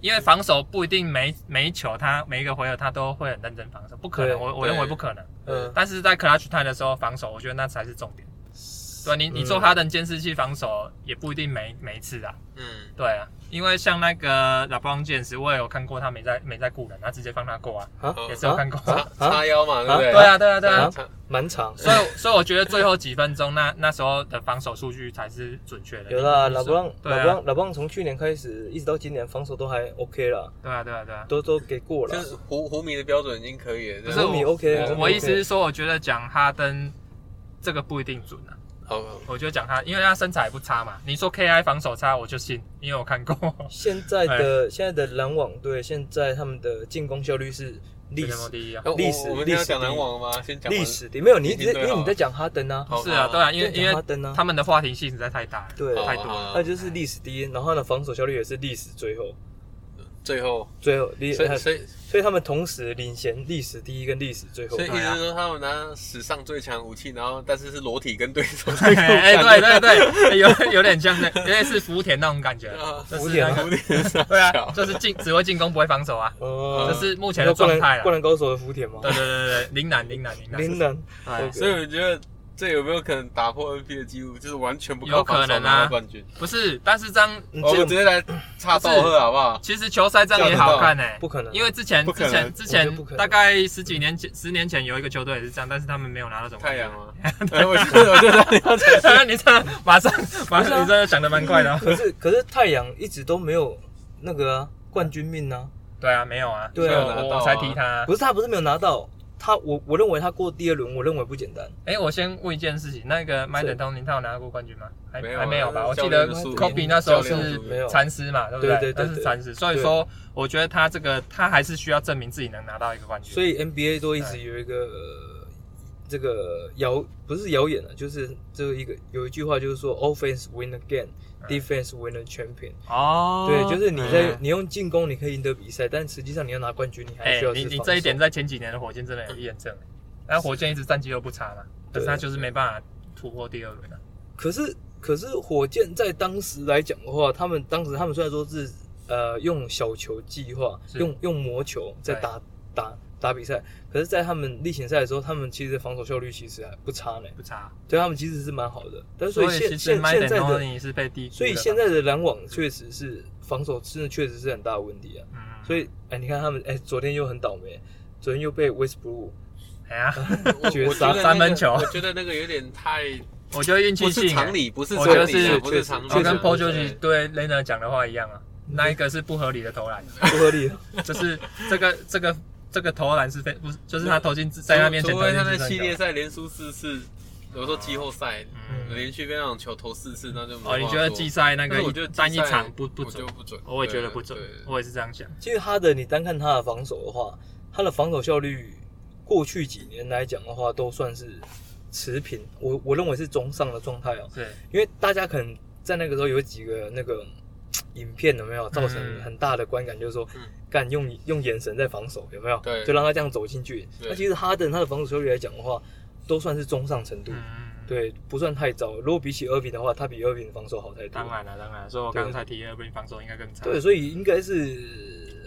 Speaker 3: 因为防守不一定每每一球他每一个回合他都会很认真防守，不可
Speaker 2: 对
Speaker 3: 能，我我认为
Speaker 1: 对
Speaker 3: 不可能。
Speaker 2: 嗯，
Speaker 3: 但是在 clutch time 的时候防守，我觉得那才是重点。对你，
Speaker 2: 嗯
Speaker 3: 你做哈登监视器防守也不一定每每一次啊。
Speaker 1: 嗯，
Speaker 3: 对啊，因为像那个 LeBron James，我也有看过他没在没在顾人，他直接放他过啊，
Speaker 2: 啊，
Speaker 1: 哦
Speaker 3: 也是有看过。
Speaker 1: 叉
Speaker 2: 啊
Speaker 1: 叉腰嘛，对不对？
Speaker 3: 对啊，对啊，对啊。
Speaker 2: 啊蛮长。
Speaker 3: 所以，所以我觉得最后几分钟那那时候的防守数据才是准确的。
Speaker 2: 有啦，
Speaker 3: 你
Speaker 2: 老布朗，
Speaker 3: 对
Speaker 2: 老
Speaker 3: 啊
Speaker 2: 布朗，老布朗从去年开始一直到今年防守都还 OK 啦，
Speaker 3: 对啊，对啊，对啊。
Speaker 2: 都都给过
Speaker 1: 就
Speaker 2: 了。
Speaker 1: 是胡胡迷的标准已经可以了。
Speaker 3: 不
Speaker 1: 这
Speaker 3: 是
Speaker 1: 样
Speaker 2: 我你
Speaker 3: 我
Speaker 2: OK 啊
Speaker 3: 我
Speaker 2: 真的
Speaker 3: 我
Speaker 2: OK
Speaker 3: 意思是说，我觉得讲哈登这个不一定准啊。
Speaker 1: 好好
Speaker 3: 我觉得讲他，因为他身材不差嘛。你说 KI 防守差，我就信，因为我看过。哎
Speaker 2: 现在的现在的篮网队，现在他们的进攻效率是历
Speaker 3: 联盟
Speaker 2: 史
Speaker 3: 第一啊
Speaker 1: 哎。我
Speaker 2: 历史
Speaker 1: 我们今天要
Speaker 2: 历史
Speaker 1: 讲篮
Speaker 2: 第一
Speaker 1: 网吗？先讲完
Speaker 2: 历史的没有你一
Speaker 1: 已
Speaker 2: 直
Speaker 1: 经
Speaker 2: 在
Speaker 1: 对
Speaker 2: 因为你
Speaker 1: 好
Speaker 2: 在讲哈登啊，
Speaker 1: 好
Speaker 3: 是啊，对啊，因为
Speaker 2: 在
Speaker 3: 因
Speaker 2: 讲哈
Speaker 3: 为
Speaker 2: 登啊，
Speaker 3: 他们的话题性实在太大了，
Speaker 2: 对
Speaker 3: 太多
Speaker 1: 好
Speaker 3: 了。
Speaker 1: 好
Speaker 2: 那就是历史第一，然后呢防守效率也是历史最后
Speaker 1: 最后，
Speaker 2: 最后历，
Speaker 1: 所
Speaker 2: 呃
Speaker 1: 以所以
Speaker 2: 所以他们同时领先历史第一跟历史最后
Speaker 1: 所以。意
Speaker 3: 对
Speaker 1: 思
Speaker 3: 啊
Speaker 1: 是说他们拿史上最强武器，然后但是是裸体跟对手在
Speaker 3: 哎
Speaker 1: 空
Speaker 3: 哎，
Speaker 1: 战
Speaker 3: 对对对，哎有有点像那，有点是福田那 种感觉。
Speaker 1: 啊
Speaker 3: 就是
Speaker 2: 福田啊
Speaker 3: 那个
Speaker 1: 有点傻
Speaker 3: 对啊
Speaker 1: 笑，
Speaker 3: 就是进只会进攻不会防守啊，
Speaker 2: 哦
Speaker 3: 这是目前的
Speaker 2: 你说灌篮
Speaker 3: 状态了。啊
Speaker 2: 灌篮高手的福田吗？
Speaker 3: 对对对对，对林南林南林南，
Speaker 2: 林南
Speaker 3: 哎
Speaker 1: 所以我觉得这有没有可能打破 NBA 的记录？就是完全不靠
Speaker 3: 有可
Speaker 1: 防守
Speaker 3: 能啊
Speaker 1: 拿到冠军。
Speaker 3: 不是，但是这样
Speaker 2: 嗯
Speaker 1: 我
Speaker 2: 这
Speaker 1: 们直
Speaker 2: 个
Speaker 1: 接来插道贺好不好？
Speaker 3: 其实球赛这样也好看呢、
Speaker 2: 不可能，啊
Speaker 3: 因为之前
Speaker 1: 不可
Speaker 3: 之
Speaker 1: 能
Speaker 3: 前之
Speaker 2: 我觉得不
Speaker 3: 前
Speaker 2: 可能
Speaker 3: 大概十几年前十年前有一个球队也是这样，但是他们没有拿 到什么
Speaker 1: 太阳 吗？哎我觉得我觉得你要讲
Speaker 3: 你这样马上马
Speaker 2: 啊
Speaker 3: 上，你这样想的蛮快的哦、
Speaker 2: 可是可是太阳一直都没有那个啊冠军命啊，
Speaker 3: 对啊，没有啊，
Speaker 2: 对啊
Speaker 3: 所以我我我才提他、啊
Speaker 2: 不是他不是没有拿到，他我我认为他过第二轮，我认为不简单。
Speaker 3: 哎、我先问一件事情，那个麦
Speaker 2: 是
Speaker 3: 德通林他有拿过冠军吗？还
Speaker 1: 没有啊
Speaker 3: 还没有吧？我
Speaker 1: 教
Speaker 3: 记
Speaker 1: 练
Speaker 3: 得
Speaker 1: 的
Speaker 2: 输赢
Speaker 3: Kobe 那时候
Speaker 1: 教练
Speaker 3: 是
Speaker 1: 的输赢
Speaker 2: 没有
Speaker 3: 禅师嘛，对不
Speaker 2: 对对对
Speaker 3: 他是禅师，所以
Speaker 2: 对
Speaker 3: 说我觉得他这个他还是需要证明自己能拿到一个冠军。
Speaker 2: 所以 NBA 都一
Speaker 3: 哎
Speaker 2: 直有一个、呃这个谣，不是谣言啊，就是这个一个有一句话就是说，offense win again。Defense
Speaker 3: 哎
Speaker 2: win the champion，、
Speaker 3: 哦，
Speaker 2: 对，就是你在、
Speaker 3: 嗯
Speaker 2: 你用进攻你可以赢得比赛，但实际上你要拿冠军，你还
Speaker 3: 哎、
Speaker 2: 需要
Speaker 3: 你
Speaker 2: 是
Speaker 3: 你
Speaker 2: 防
Speaker 3: 这一
Speaker 2: 守
Speaker 3: 点在前几年的火箭真的有验证、欸，然后火箭一直战绩又不差嘛，可是他就是没办法突破第二轮啊。
Speaker 2: 可是可是火箭在当时来讲的话，他们当时他们虽然说是呃用小球计划，
Speaker 3: 是
Speaker 2: 用用魔球在打打打比赛，可是，在他们例行赛的时候，他们其实防守效率其实还不差呢，
Speaker 3: 不差，
Speaker 2: 对他们其实是蛮好的。但是
Speaker 3: 所
Speaker 2: 所
Speaker 3: 以
Speaker 2: 以现
Speaker 3: 其实
Speaker 2: 现
Speaker 3: m
Speaker 2: 现
Speaker 3: y d
Speaker 2: 在
Speaker 3: e n o
Speaker 2: 的，
Speaker 3: n 是被低估的吧，
Speaker 2: 所以现在的篮网确实是防守真的确实是很大的问题啊。
Speaker 3: 嗯，
Speaker 2: 所以哎，你看他们哎，昨天又很倒霉，昨天又被 Westbrook
Speaker 3: 哎呀，
Speaker 1: 我
Speaker 2: 绝
Speaker 1: 我觉得
Speaker 2: 杀
Speaker 1: 那个
Speaker 3: 三分球
Speaker 1: 我觉得那个有点太
Speaker 3: 我觉得运气
Speaker 1: 不是
Speaker 3: 性、
Speaker 1: 常
Speaker 3: 欸，
Speaker 1: 理，不是
Speaker 3: 我
Speaker 1: 常
Speaker 3: 觉得
Speaker 1: 理啊，
Speaker 2: 是
Speaker 1: 不
Speaker 2: 确
Speaker 1: 是
Speaker 2: 实
Speaker 1: 常理啊。
Speaker 3: 就跟 Paul
Speaker 1: 对
Speaker 3: George 对 l e n a 讲的话一样啊，那一个是不合理的投篮，
Speaker 2: 不合理啊，
Speaker 3: 就是这个这个这个投篮是非不是，就是他投进自在他面前
Speaker 1: 除
Speaker 3: 投
Speaker 1: 非
Speaker 3: 进
Speaker 1: 他在
Speaker 3: 自
Speaker 1: 系
Speaker 3: 身
Speaker 1: 列
Speaker 3: 球。
Speaker 1: 赛连输四次，有时候季后赛
Speaker 3: 嗯，
Speaker 1: 连续被那种球投四次，那就没话
Speaker 3: 哦，你觉得
Speaker 1: 说
Speaker 3: 季赛那
Speaker 1: 但
Speaker 3: 个
Speaker 1: 是我觉得
Speaker 3: 一单一
Speaker 1: 季赛
Speaker 3: 场不不
Speaker 1: 我
Speaker 3: 准
Speaker 1: 就？不准，
Speaker 3: 我也觉得
Speaker 1: 对
Speaker 3: 不准
Speaker 1: 对对，
Speaker 3: 我也是这样想。
Speaker 2: 其实他的，你单看他的防守的话，他的防守效率过去几年来讲的话，都算是持平，我我认为是中上的状态哦。
Speaker 3: 是，
Speaker 2: 因为大家可能在那个时候有几个那个嘖影片有没有造成很大的观感，就是说
Speaker 1: 嗯
Speaker 2: 干用用眼神在防守有没有？
Speaker 1: 对
Speaker 2: 就让他这样走进去。
Speaker 1: 对
Speaker 2: 那其实哈登他的防守效率来讲的话，都算是中上程度，
Speaker 3: 嗯，
Speaker 2: 对，不算太糟。如果比起 i r 的话，他比 i r 的防守好太多
Speaker 3: 当。然了，当然了，所以我刚才提 Irving 防守应该更差。
Speaker 2: 对，所以应该是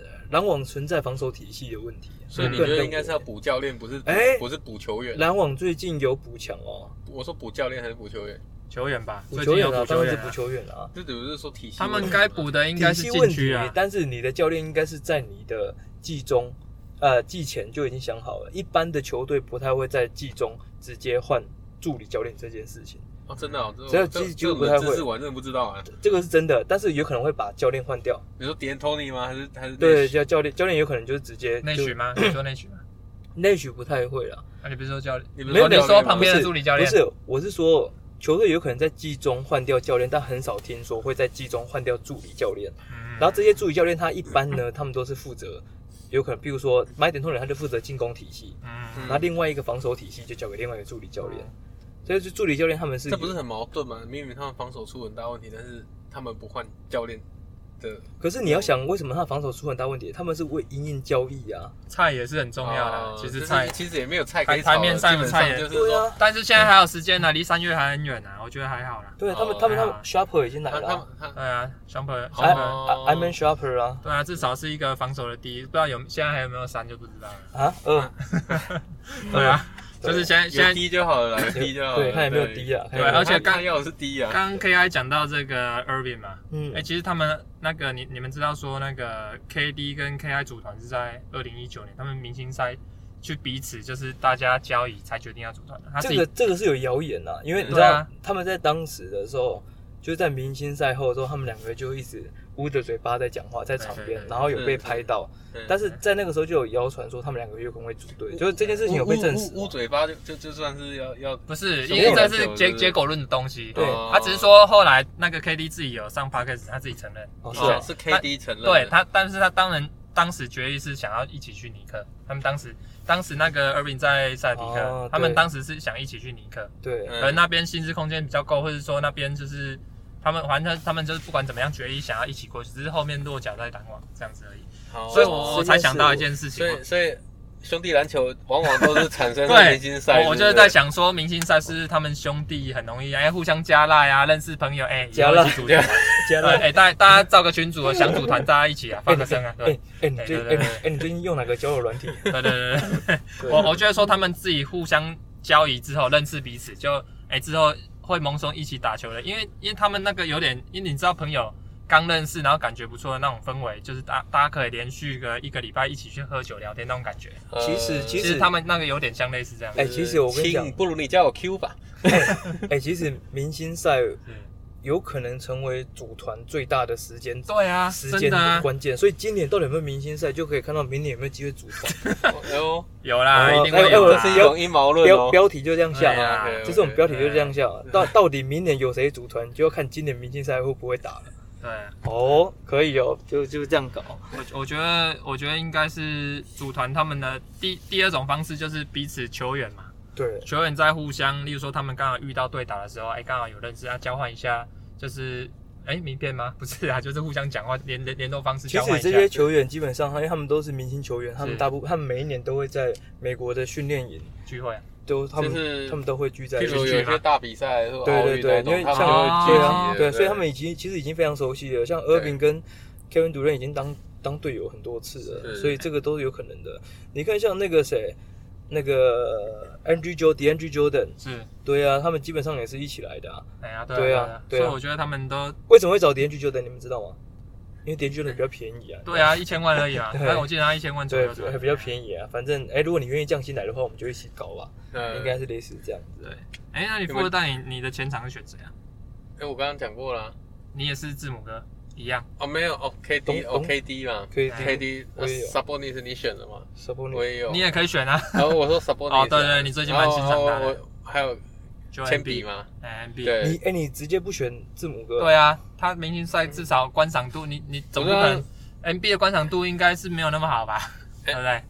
Speaker 2: 呃篮网存在防守体系的问题。
Speaker 1: 所
Speaker 3: 嗯
Speaker 1: 以你觉得应该是要补教练，不是
Speaker 2: 哎
Speaker 1: 不是补球员？
Speaker 2: 篮网最近有补强哦，
Speaker 1: 我说补教练还是补球员？
Speaker 3: 球员吧，
Speaker 2: 补
Speaker 3: 最
Speaker 2: 球
Speaker 3: 近有
Speaker 2: 员啊，
Speaker 3: 补
Speaker 2: 当
Speaker 3: 球
Speaker 2: 然是
Speaker 3: 员啊
Speaker 2: 补，球员啊，
Speaker 1: 这只是说体系
Speaker 3: 他
Speaker 1: 问
Speaker 3: 们
Speaker 1: 题嘛，啊
Speaker 3: 该补的应该
Speaker 2: 体
Speaker 3: 是
Speaker 2: 系
Speaker 3: 禁
Speaker 2: 问题
Speaker 3: 区啊。
Speaker 2: 但是你的教练应该是在你的季中，呃，季前就已经想好了。一般的球队不太会在季中直接换助理教练这件事情，
Speaker 1: 哦，真的哦，这
Speaker 2: 只要
Speaker 1: 这
Speaker 2: 技
Speaker 1: 这
Speaker 2: 术
Speaker 1: 种
Speaker 2: 不太
Speaker 1: 冷
Speaker 2: 会
Speaker 1: 知识我还真的不知道啊。
Speaker 2: 这个是真的。但是有可能会把教练换掉，
Speaker 1: 你说 d 托尼吗？还是还是
Speaker 2: 对，教教练教练有可能就是直接
Speaker 3: 内
Speaker 2: 就
Speaker 3: 许吗？你说内许吗？
Speaker 2: 内许不太会了。
Speaker 3: 啊，你不是说教练？
Speaker 1: 你不
Speaker 3: 没
Speaker 1: 是说
Speaker 3: 有，你
Speaker 1: 教
Speaker 3: 说
Speaker 1: 练吗
Speaker 3: 旁边
Speaker 2: 不
Speaker 3: 的
Speaker 2: 是
Speaker 3: 助理教
Speaker 2: 不
Speaker 3: 练。啊
Speaker 2: 是，我是说球队有可能在季中换掉教练，但很少听说会在季中换掉助理教练。
Speaker 3: 嗯，
Speaker 2: 然后这些助理教练他一般呢， 他们都是负责，有可能比如说麦点通人他就负责进攻体系，
Speaker 3: 嗯，
Speaker 2: 然后另外一个防守体系就交给另外一个助理教练。所以就助理教练他们是
Speaker 1: 这不是，很矛盾吗？明明他们防守出很大问题，但是他们不换教练的，
Speaker 2: 可是你要想为什么他的防守出很大问题？他们是为因应交易啊，
Speaker 3: 菜也是很重要的，
Speaker 1: 哦
Speaker 3: 其
Speaker 1: 就
Speaker 3: 实
Speaker 1: 是
Speaker 3: 菜。
Speaker 1: 其实也没有菜可以
Speaker 3: 台
Speaker 1: 炒了，
Speaker 3: 台面上
Speaker 1: 基本上就是
Speaker 2: 对
Speaker 1: 说，
Speaker 2: 啊，
Speaker 3: 但是现在还有时间啊呢，离三月还很远呢，我觉得还好啦。
Speaker 2: 对啊他们
Speaker 1: 哦
Speaker 2: 他们他
Speaker 3: 还
Speaker 2: 们
Speaker 3: 好
Speaker 2: Sharper 已经来
Speaker 1: 他
Speaker 2: 了
Speaker 1: 他们
Speaker 2: 啊
Speaker 1: 他
Speaker 3: 对啊 s h a m p e r s
Speaker 2: 哎
Speaker 3: h a m p e r
Speaker 1: 哦
Speaker 2: ，I Man Sharper 啊
Speaker 3: 对啊，至少是一个防守的第一，不知道有现在还有没有三就不知道了。
Speaker 2: 啊呃，
Speaker 3: 对啊，
Speaker 2: 对
Speaker 3: 就是现在现
Speaker 1: 有
Speaker 3: 在。
Speaker 1: 低就好了啦，有低就好了。
Speaker 2: 对他也没有低啊，他也
Speaker 3: 对
Speaker 2: 没有
Speaker 3: 而且刚
Speaker 1: 刚要的是低啊，
Speaker 3: 刚刚 K I 讲到这个 Irving 嘛，
Speaker 2: 嗯
Speaker 3: 哎、，其实他们那个你你们知道说那个 KD 跟 KI 组团是在二零一九年，他们明星赛去彼此就是大家交易才决定要组团的。他自
Speaker 2: 这
Speaker 3: 己、
Speaker 2: 个这个是有谣言啊，因为你知
Speaker 3: 对
Speaker 2: 道
Speaker 3: 啊
Speaker 2: 他们在当时的时候，就是在明星赛后的时候，他们两个就一直捂着嘴巴在讲话，在场
Speaker 3: 对对
Speaker 2: 边，
Speaker 3: 对
Speaker 2: 然后有被拍到，
Speaker 1: 对
Speaker 2: 但是在那个时候就有谣传说他们两个有可能会组队，就是这件事情有被证实
Speaker 1: 捂捂
Speaker 2: 啊。
Speaker 1: 嘴巴就就就算是要要
Speaker 3: 不是，
Speaker 1: 什
Speaker 3: 因
Speaker 1: 么
Speaker 3: 为
Speaker 1: 都
Speaker 3: 这
Speaker 1: 能
Speaker 3: 是
Speaker 1: 救
Speaker 3: 结
Speaker 1: 是不是
Speaker 3: 结果论的东西。
Speaker 2: 对
Speaker 1: 哦
Speaker 3: 他只是说后来那个 KD 自己有上 p o d c a s 他自己承认。
Speaker 2: 哦，是
Speaker 1: 哦
Speaker 2: 啊，
Speaker 1: 是 KD 承认的，
Speaker 3: 对他，但是他当然当时决议是想要一起去尼克，他们当时当时那个 Irving 在塞尔提克，
Speaker 2: 哦
Speaker 3: 他们
Speaker 2: 对
Speaker 3: 当时是想一起去尼克，
Speaker 2: 对，
Speaker 1: 嗯
Speaker 3: 可能那边薪资空间比较够，或者说那边就是他们反正他们就是不管怎么样决议想要一起过去，只是后面落脚在篮网这样子而已。
Speaker 1: 好
Speaker 3: 所以
Speaker 2: 哦
Speaker 3: 我
Speaker 2: 这
Speaker 3: 我
Speaker 2: 件
Speaker 3: 才想
Speaker 2: 事
Speaker 3: 到
Speaker 2: 我
Speaker 3: 一件事情
Speaker 1: 所，以所以兄弟篮球往往都是产生
Speaker 3: 对
Speaker 1: 明星赛，
Speaker 3: 我我
Speaker 1: 对不
Speaker 3: 就是
Speaker 1: 对
Speaker 3: 在想说，明星赛是不是他们兄弟很容易哎互相加辣呀、认识朋友哎，以
Speaker 2: 加
Speaker 3: 后
Speaker 2: 辣
Speaker 3: 一起组团，
Speaker 2: 加
Speaker 3: 对
Speaker 2: 了。
Speaker 3: 哎，大大家造个群组，想组团大家一起啊，
Speaker 2: 哎
Speaker 3: 放个 声啊，
Speaker 2: 哎
Speaker 3: 对
Speaker 2: 哎，你
Speaker 3: 哎
Speaker 2: 最
Speaker 3: 对对
Speaker 2: 哎
Speaker 3: 对
Speaker 2: 哎，你最近用哪个交友软体？
Speaker 3: 对对对对对，
Speaker 2: 对
Speaker 3: 我我觉得说他们自己互相交易之后认识彼此，就哎之后会萌生一起打球的，因为因为他们那个有点，因为你知道朋友。刚认识，然后感觉不错的那种氛围，就是大大家可以连续个一个礼拜一起去喝酒聊天那种感觉。
Speaker 1: 呃
Speaker 2: 其实其
Speaker 3: 其
Speaker 2: 实
Speaker 3: 实他们那个有点像类似这样。
Speaker 2: 哎其实我跟你
Speaker 1: 亲
Speaker 2: 讲
Speaker 1: 不如你叫我 Q 吧。
Speaker 2: 哎，其实明星赛
Speaker 3: 嗯
Speaker 2: 有可能成为组团最大的时间
Speaker 3: 对啊，
Speaker 2: 时
Speaker 3: 真
Speaker 2: 间
Speaker 3: 的啊，
Speaker 2: 关键，所以今年到底有没有明星赛，就可以看到明年有没有机会组团。
Speaker 1: 哎呦，
Speaker 3: 有啦，
Speaker 2: 哦
Speaker 3: 一定会有
Speaker 1: 这
Speaker 3: 啦。
Speaker 1: 是一种阴谋论
Speaker 2: 标
Speaker 1: 哦。
Speaker 2: 标题就这样下
Speaker 3: 对
Speaker 2: 嘛
Speaker 3: 啊，
Speaker 1: OK，OK，
Speaker 2: 其实我们标题就这样下嘛。到到底明年有谁组团，就要看今年明星赛会不会打了。
Speaker 3: 对，
Speaker 2: 哦，可以哦，就就这样搞。
Speaker 3: 我我觉得，我觉得应该是组团他们的第第二种方式就是彼此球员嘛，
Speaker 2: 对，
Speaker 3: 球员在互相，例如说他们刚好遇到对打的时候，哎，刚好有认识，啊，交换一下，就是哎名片吗？不是啊，就是互相讲话联联联络方式
Speaker 2: 其
Speaker 3: 交换
Speaker 2: 实
Speaker 3: 一下
Speaker 2: 这。些球员基本上，因为他们都是明星球员，他们
Speaker 3: 是
Speaker 2: 大部他们每一年都会在美国的训练营，
Speaker 3: 聚会啊，
Speaker 2: 都他
Speaker 1: 就
Speaker 2: 们
Speaker 1: 是
Speaker 2: 他们都会聚在
Speaker 1: 譬
Speaker 2: 一起
Speaker 1: 如。有一
Speaker 3: 啊
Speaker 1: 些大比赛，是吧
Speaker 2: 对
Speaker 1: 奥
Speaker 2: 对
Speaker 1: 运
Speaker 2: 对
Speaker 1: 那
Speaker 2: 因为
Speaker 1: 种，他
Speaker 3: 像
Speaker 1: 们就会
Speaker 2: 对
Speaker 1: 聚
Speaker 2: 啊
Speaker 1: 集
Speaker 2: 对，所以他们已经其实已经非常熟悉了。像 Irving 跟 Kevin 主任已经当当队友很多次了，
Speaker 1: 是
Speaker 2: 所以这个都是有可能的。你看像那个谁，那个 Andrew Jordan、Andrew Jordan，
Speaker 3: 是，
Speaker 2: 对啊，他们基本上也是一起来的、啊。
Speaker 3: 哎呀，对啊，
Speaker 2: 对啊对
Speaker 3: 所
Speaker 2: 啊
Speaker 3: 以我觉得他们都
Speaker 2: 为什么会找 DNG 九等？你们知道吗？因为 DNG 九等比较便宜啊。
Speaker 3: 对啊，一千万而已嘛，
Speaker 2: 对
Speaker 3: 哎，我记得他一千万左
Speaker 2: 对，
Speaker 3: 右
Speaker 2: 比
Speaker 3: 左右，
Speaker 2: 较比较便宜啊。反正哎、如果你愿意降薪来的话，我们就一起搞吧。
Speaker 1: 嗯
Speaker 2: 应该是类似这样。
Speaker 3: 对，哎，那你富二代，你你的前场是选谁啊？
Speaker 1: 哎，我刚刚讲过了啊
Speaker 3: 你也是字母哥一样。
Speaker 1: 哦，没有哦
Speaker 2: 懂
Speaker 1: ，KD
Speaker 2: 懂
Speaker 1: 哦，KD 嘛
Speaker 2: 可以
Speaker 3: 哎
Speaker 1: ，KD
Speaker 2: 我也有
Speaker 1: Sabonis 你选了吗？我
Speaker 2: support
Speaker 1: 也有
Speaker 3: 你，也可以选啊。
Speaker 1: 然后我说 Sabonis 啊。
Speaker 3: 哦对对你最近蛮欣赏他的
Speaker 1: 然后我还有
Speaker 3: Joel
Speaker 1: 铅笔
Speaker 3: Embiid
Speaker 1: 吗？
Speaker 3: 哎，MB
Speaker 1: 对
Speaker 2: 你哎、你直接不选字母哥？
Speaker 3: 对啊，他明星赛至少观赏度，你你总不可能 MB 的观赏度应该是没有那么好吧？对不对？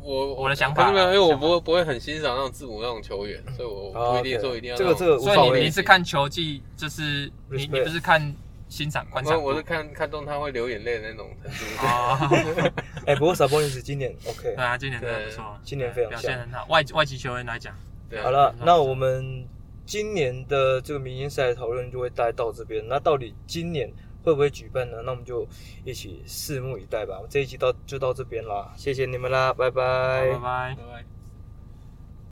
Speaker 1: 我
Speaker 3: 我的想法啊
Speaker 1: 没有，因为我
Speaker 3: 想
Speaker 1: 不会不会很欣赏那种字母那种球员，所以我我
Speaker 2: 哦
Speaker 1: 不一定
Speaker 2: 对
Speaker 1: 说一定要
Speaker 2: 这个
Speaker 1: 那
Speaker 2: 这
Speaker 1: 种
Speaker 2: 个无
Speaker 3: 所
Speaker 2: 所
Speaker 3: 以
Speaker 2: 谓
Speaker 3: 你你是看球技，就是你
Speaker 2: Respect
Speaker 3: 你不是看欣赏观赏
Speaker 1: 我
Speaker 3: 度
Speaker 1: 我是看看中他会流眼泪的那种程度。
Speaker 3: 哦，
Speaker 2: 哎、不过 support 今年 OK
Speaker 3: 对。啊，今年真的不错，
Speaker 2: 今年非常
Speaker 3: 表
Speaker 2: 像
Speaker 3: 现很好。外外籍球员来讲，
Speaker 1: 对
Speaker 2: 好了
Speaker 3: 嗯，
Speaker 2: 那我们今年的这个明星赛的讨论就会带到这边。那到底今年会不会举办呢？那我们就一起拭目以待吧。这一期到就到这边啦，谢谢你们啦，拜拜
Speaker 3: 好拜拜。
Speaker 1: 拜拜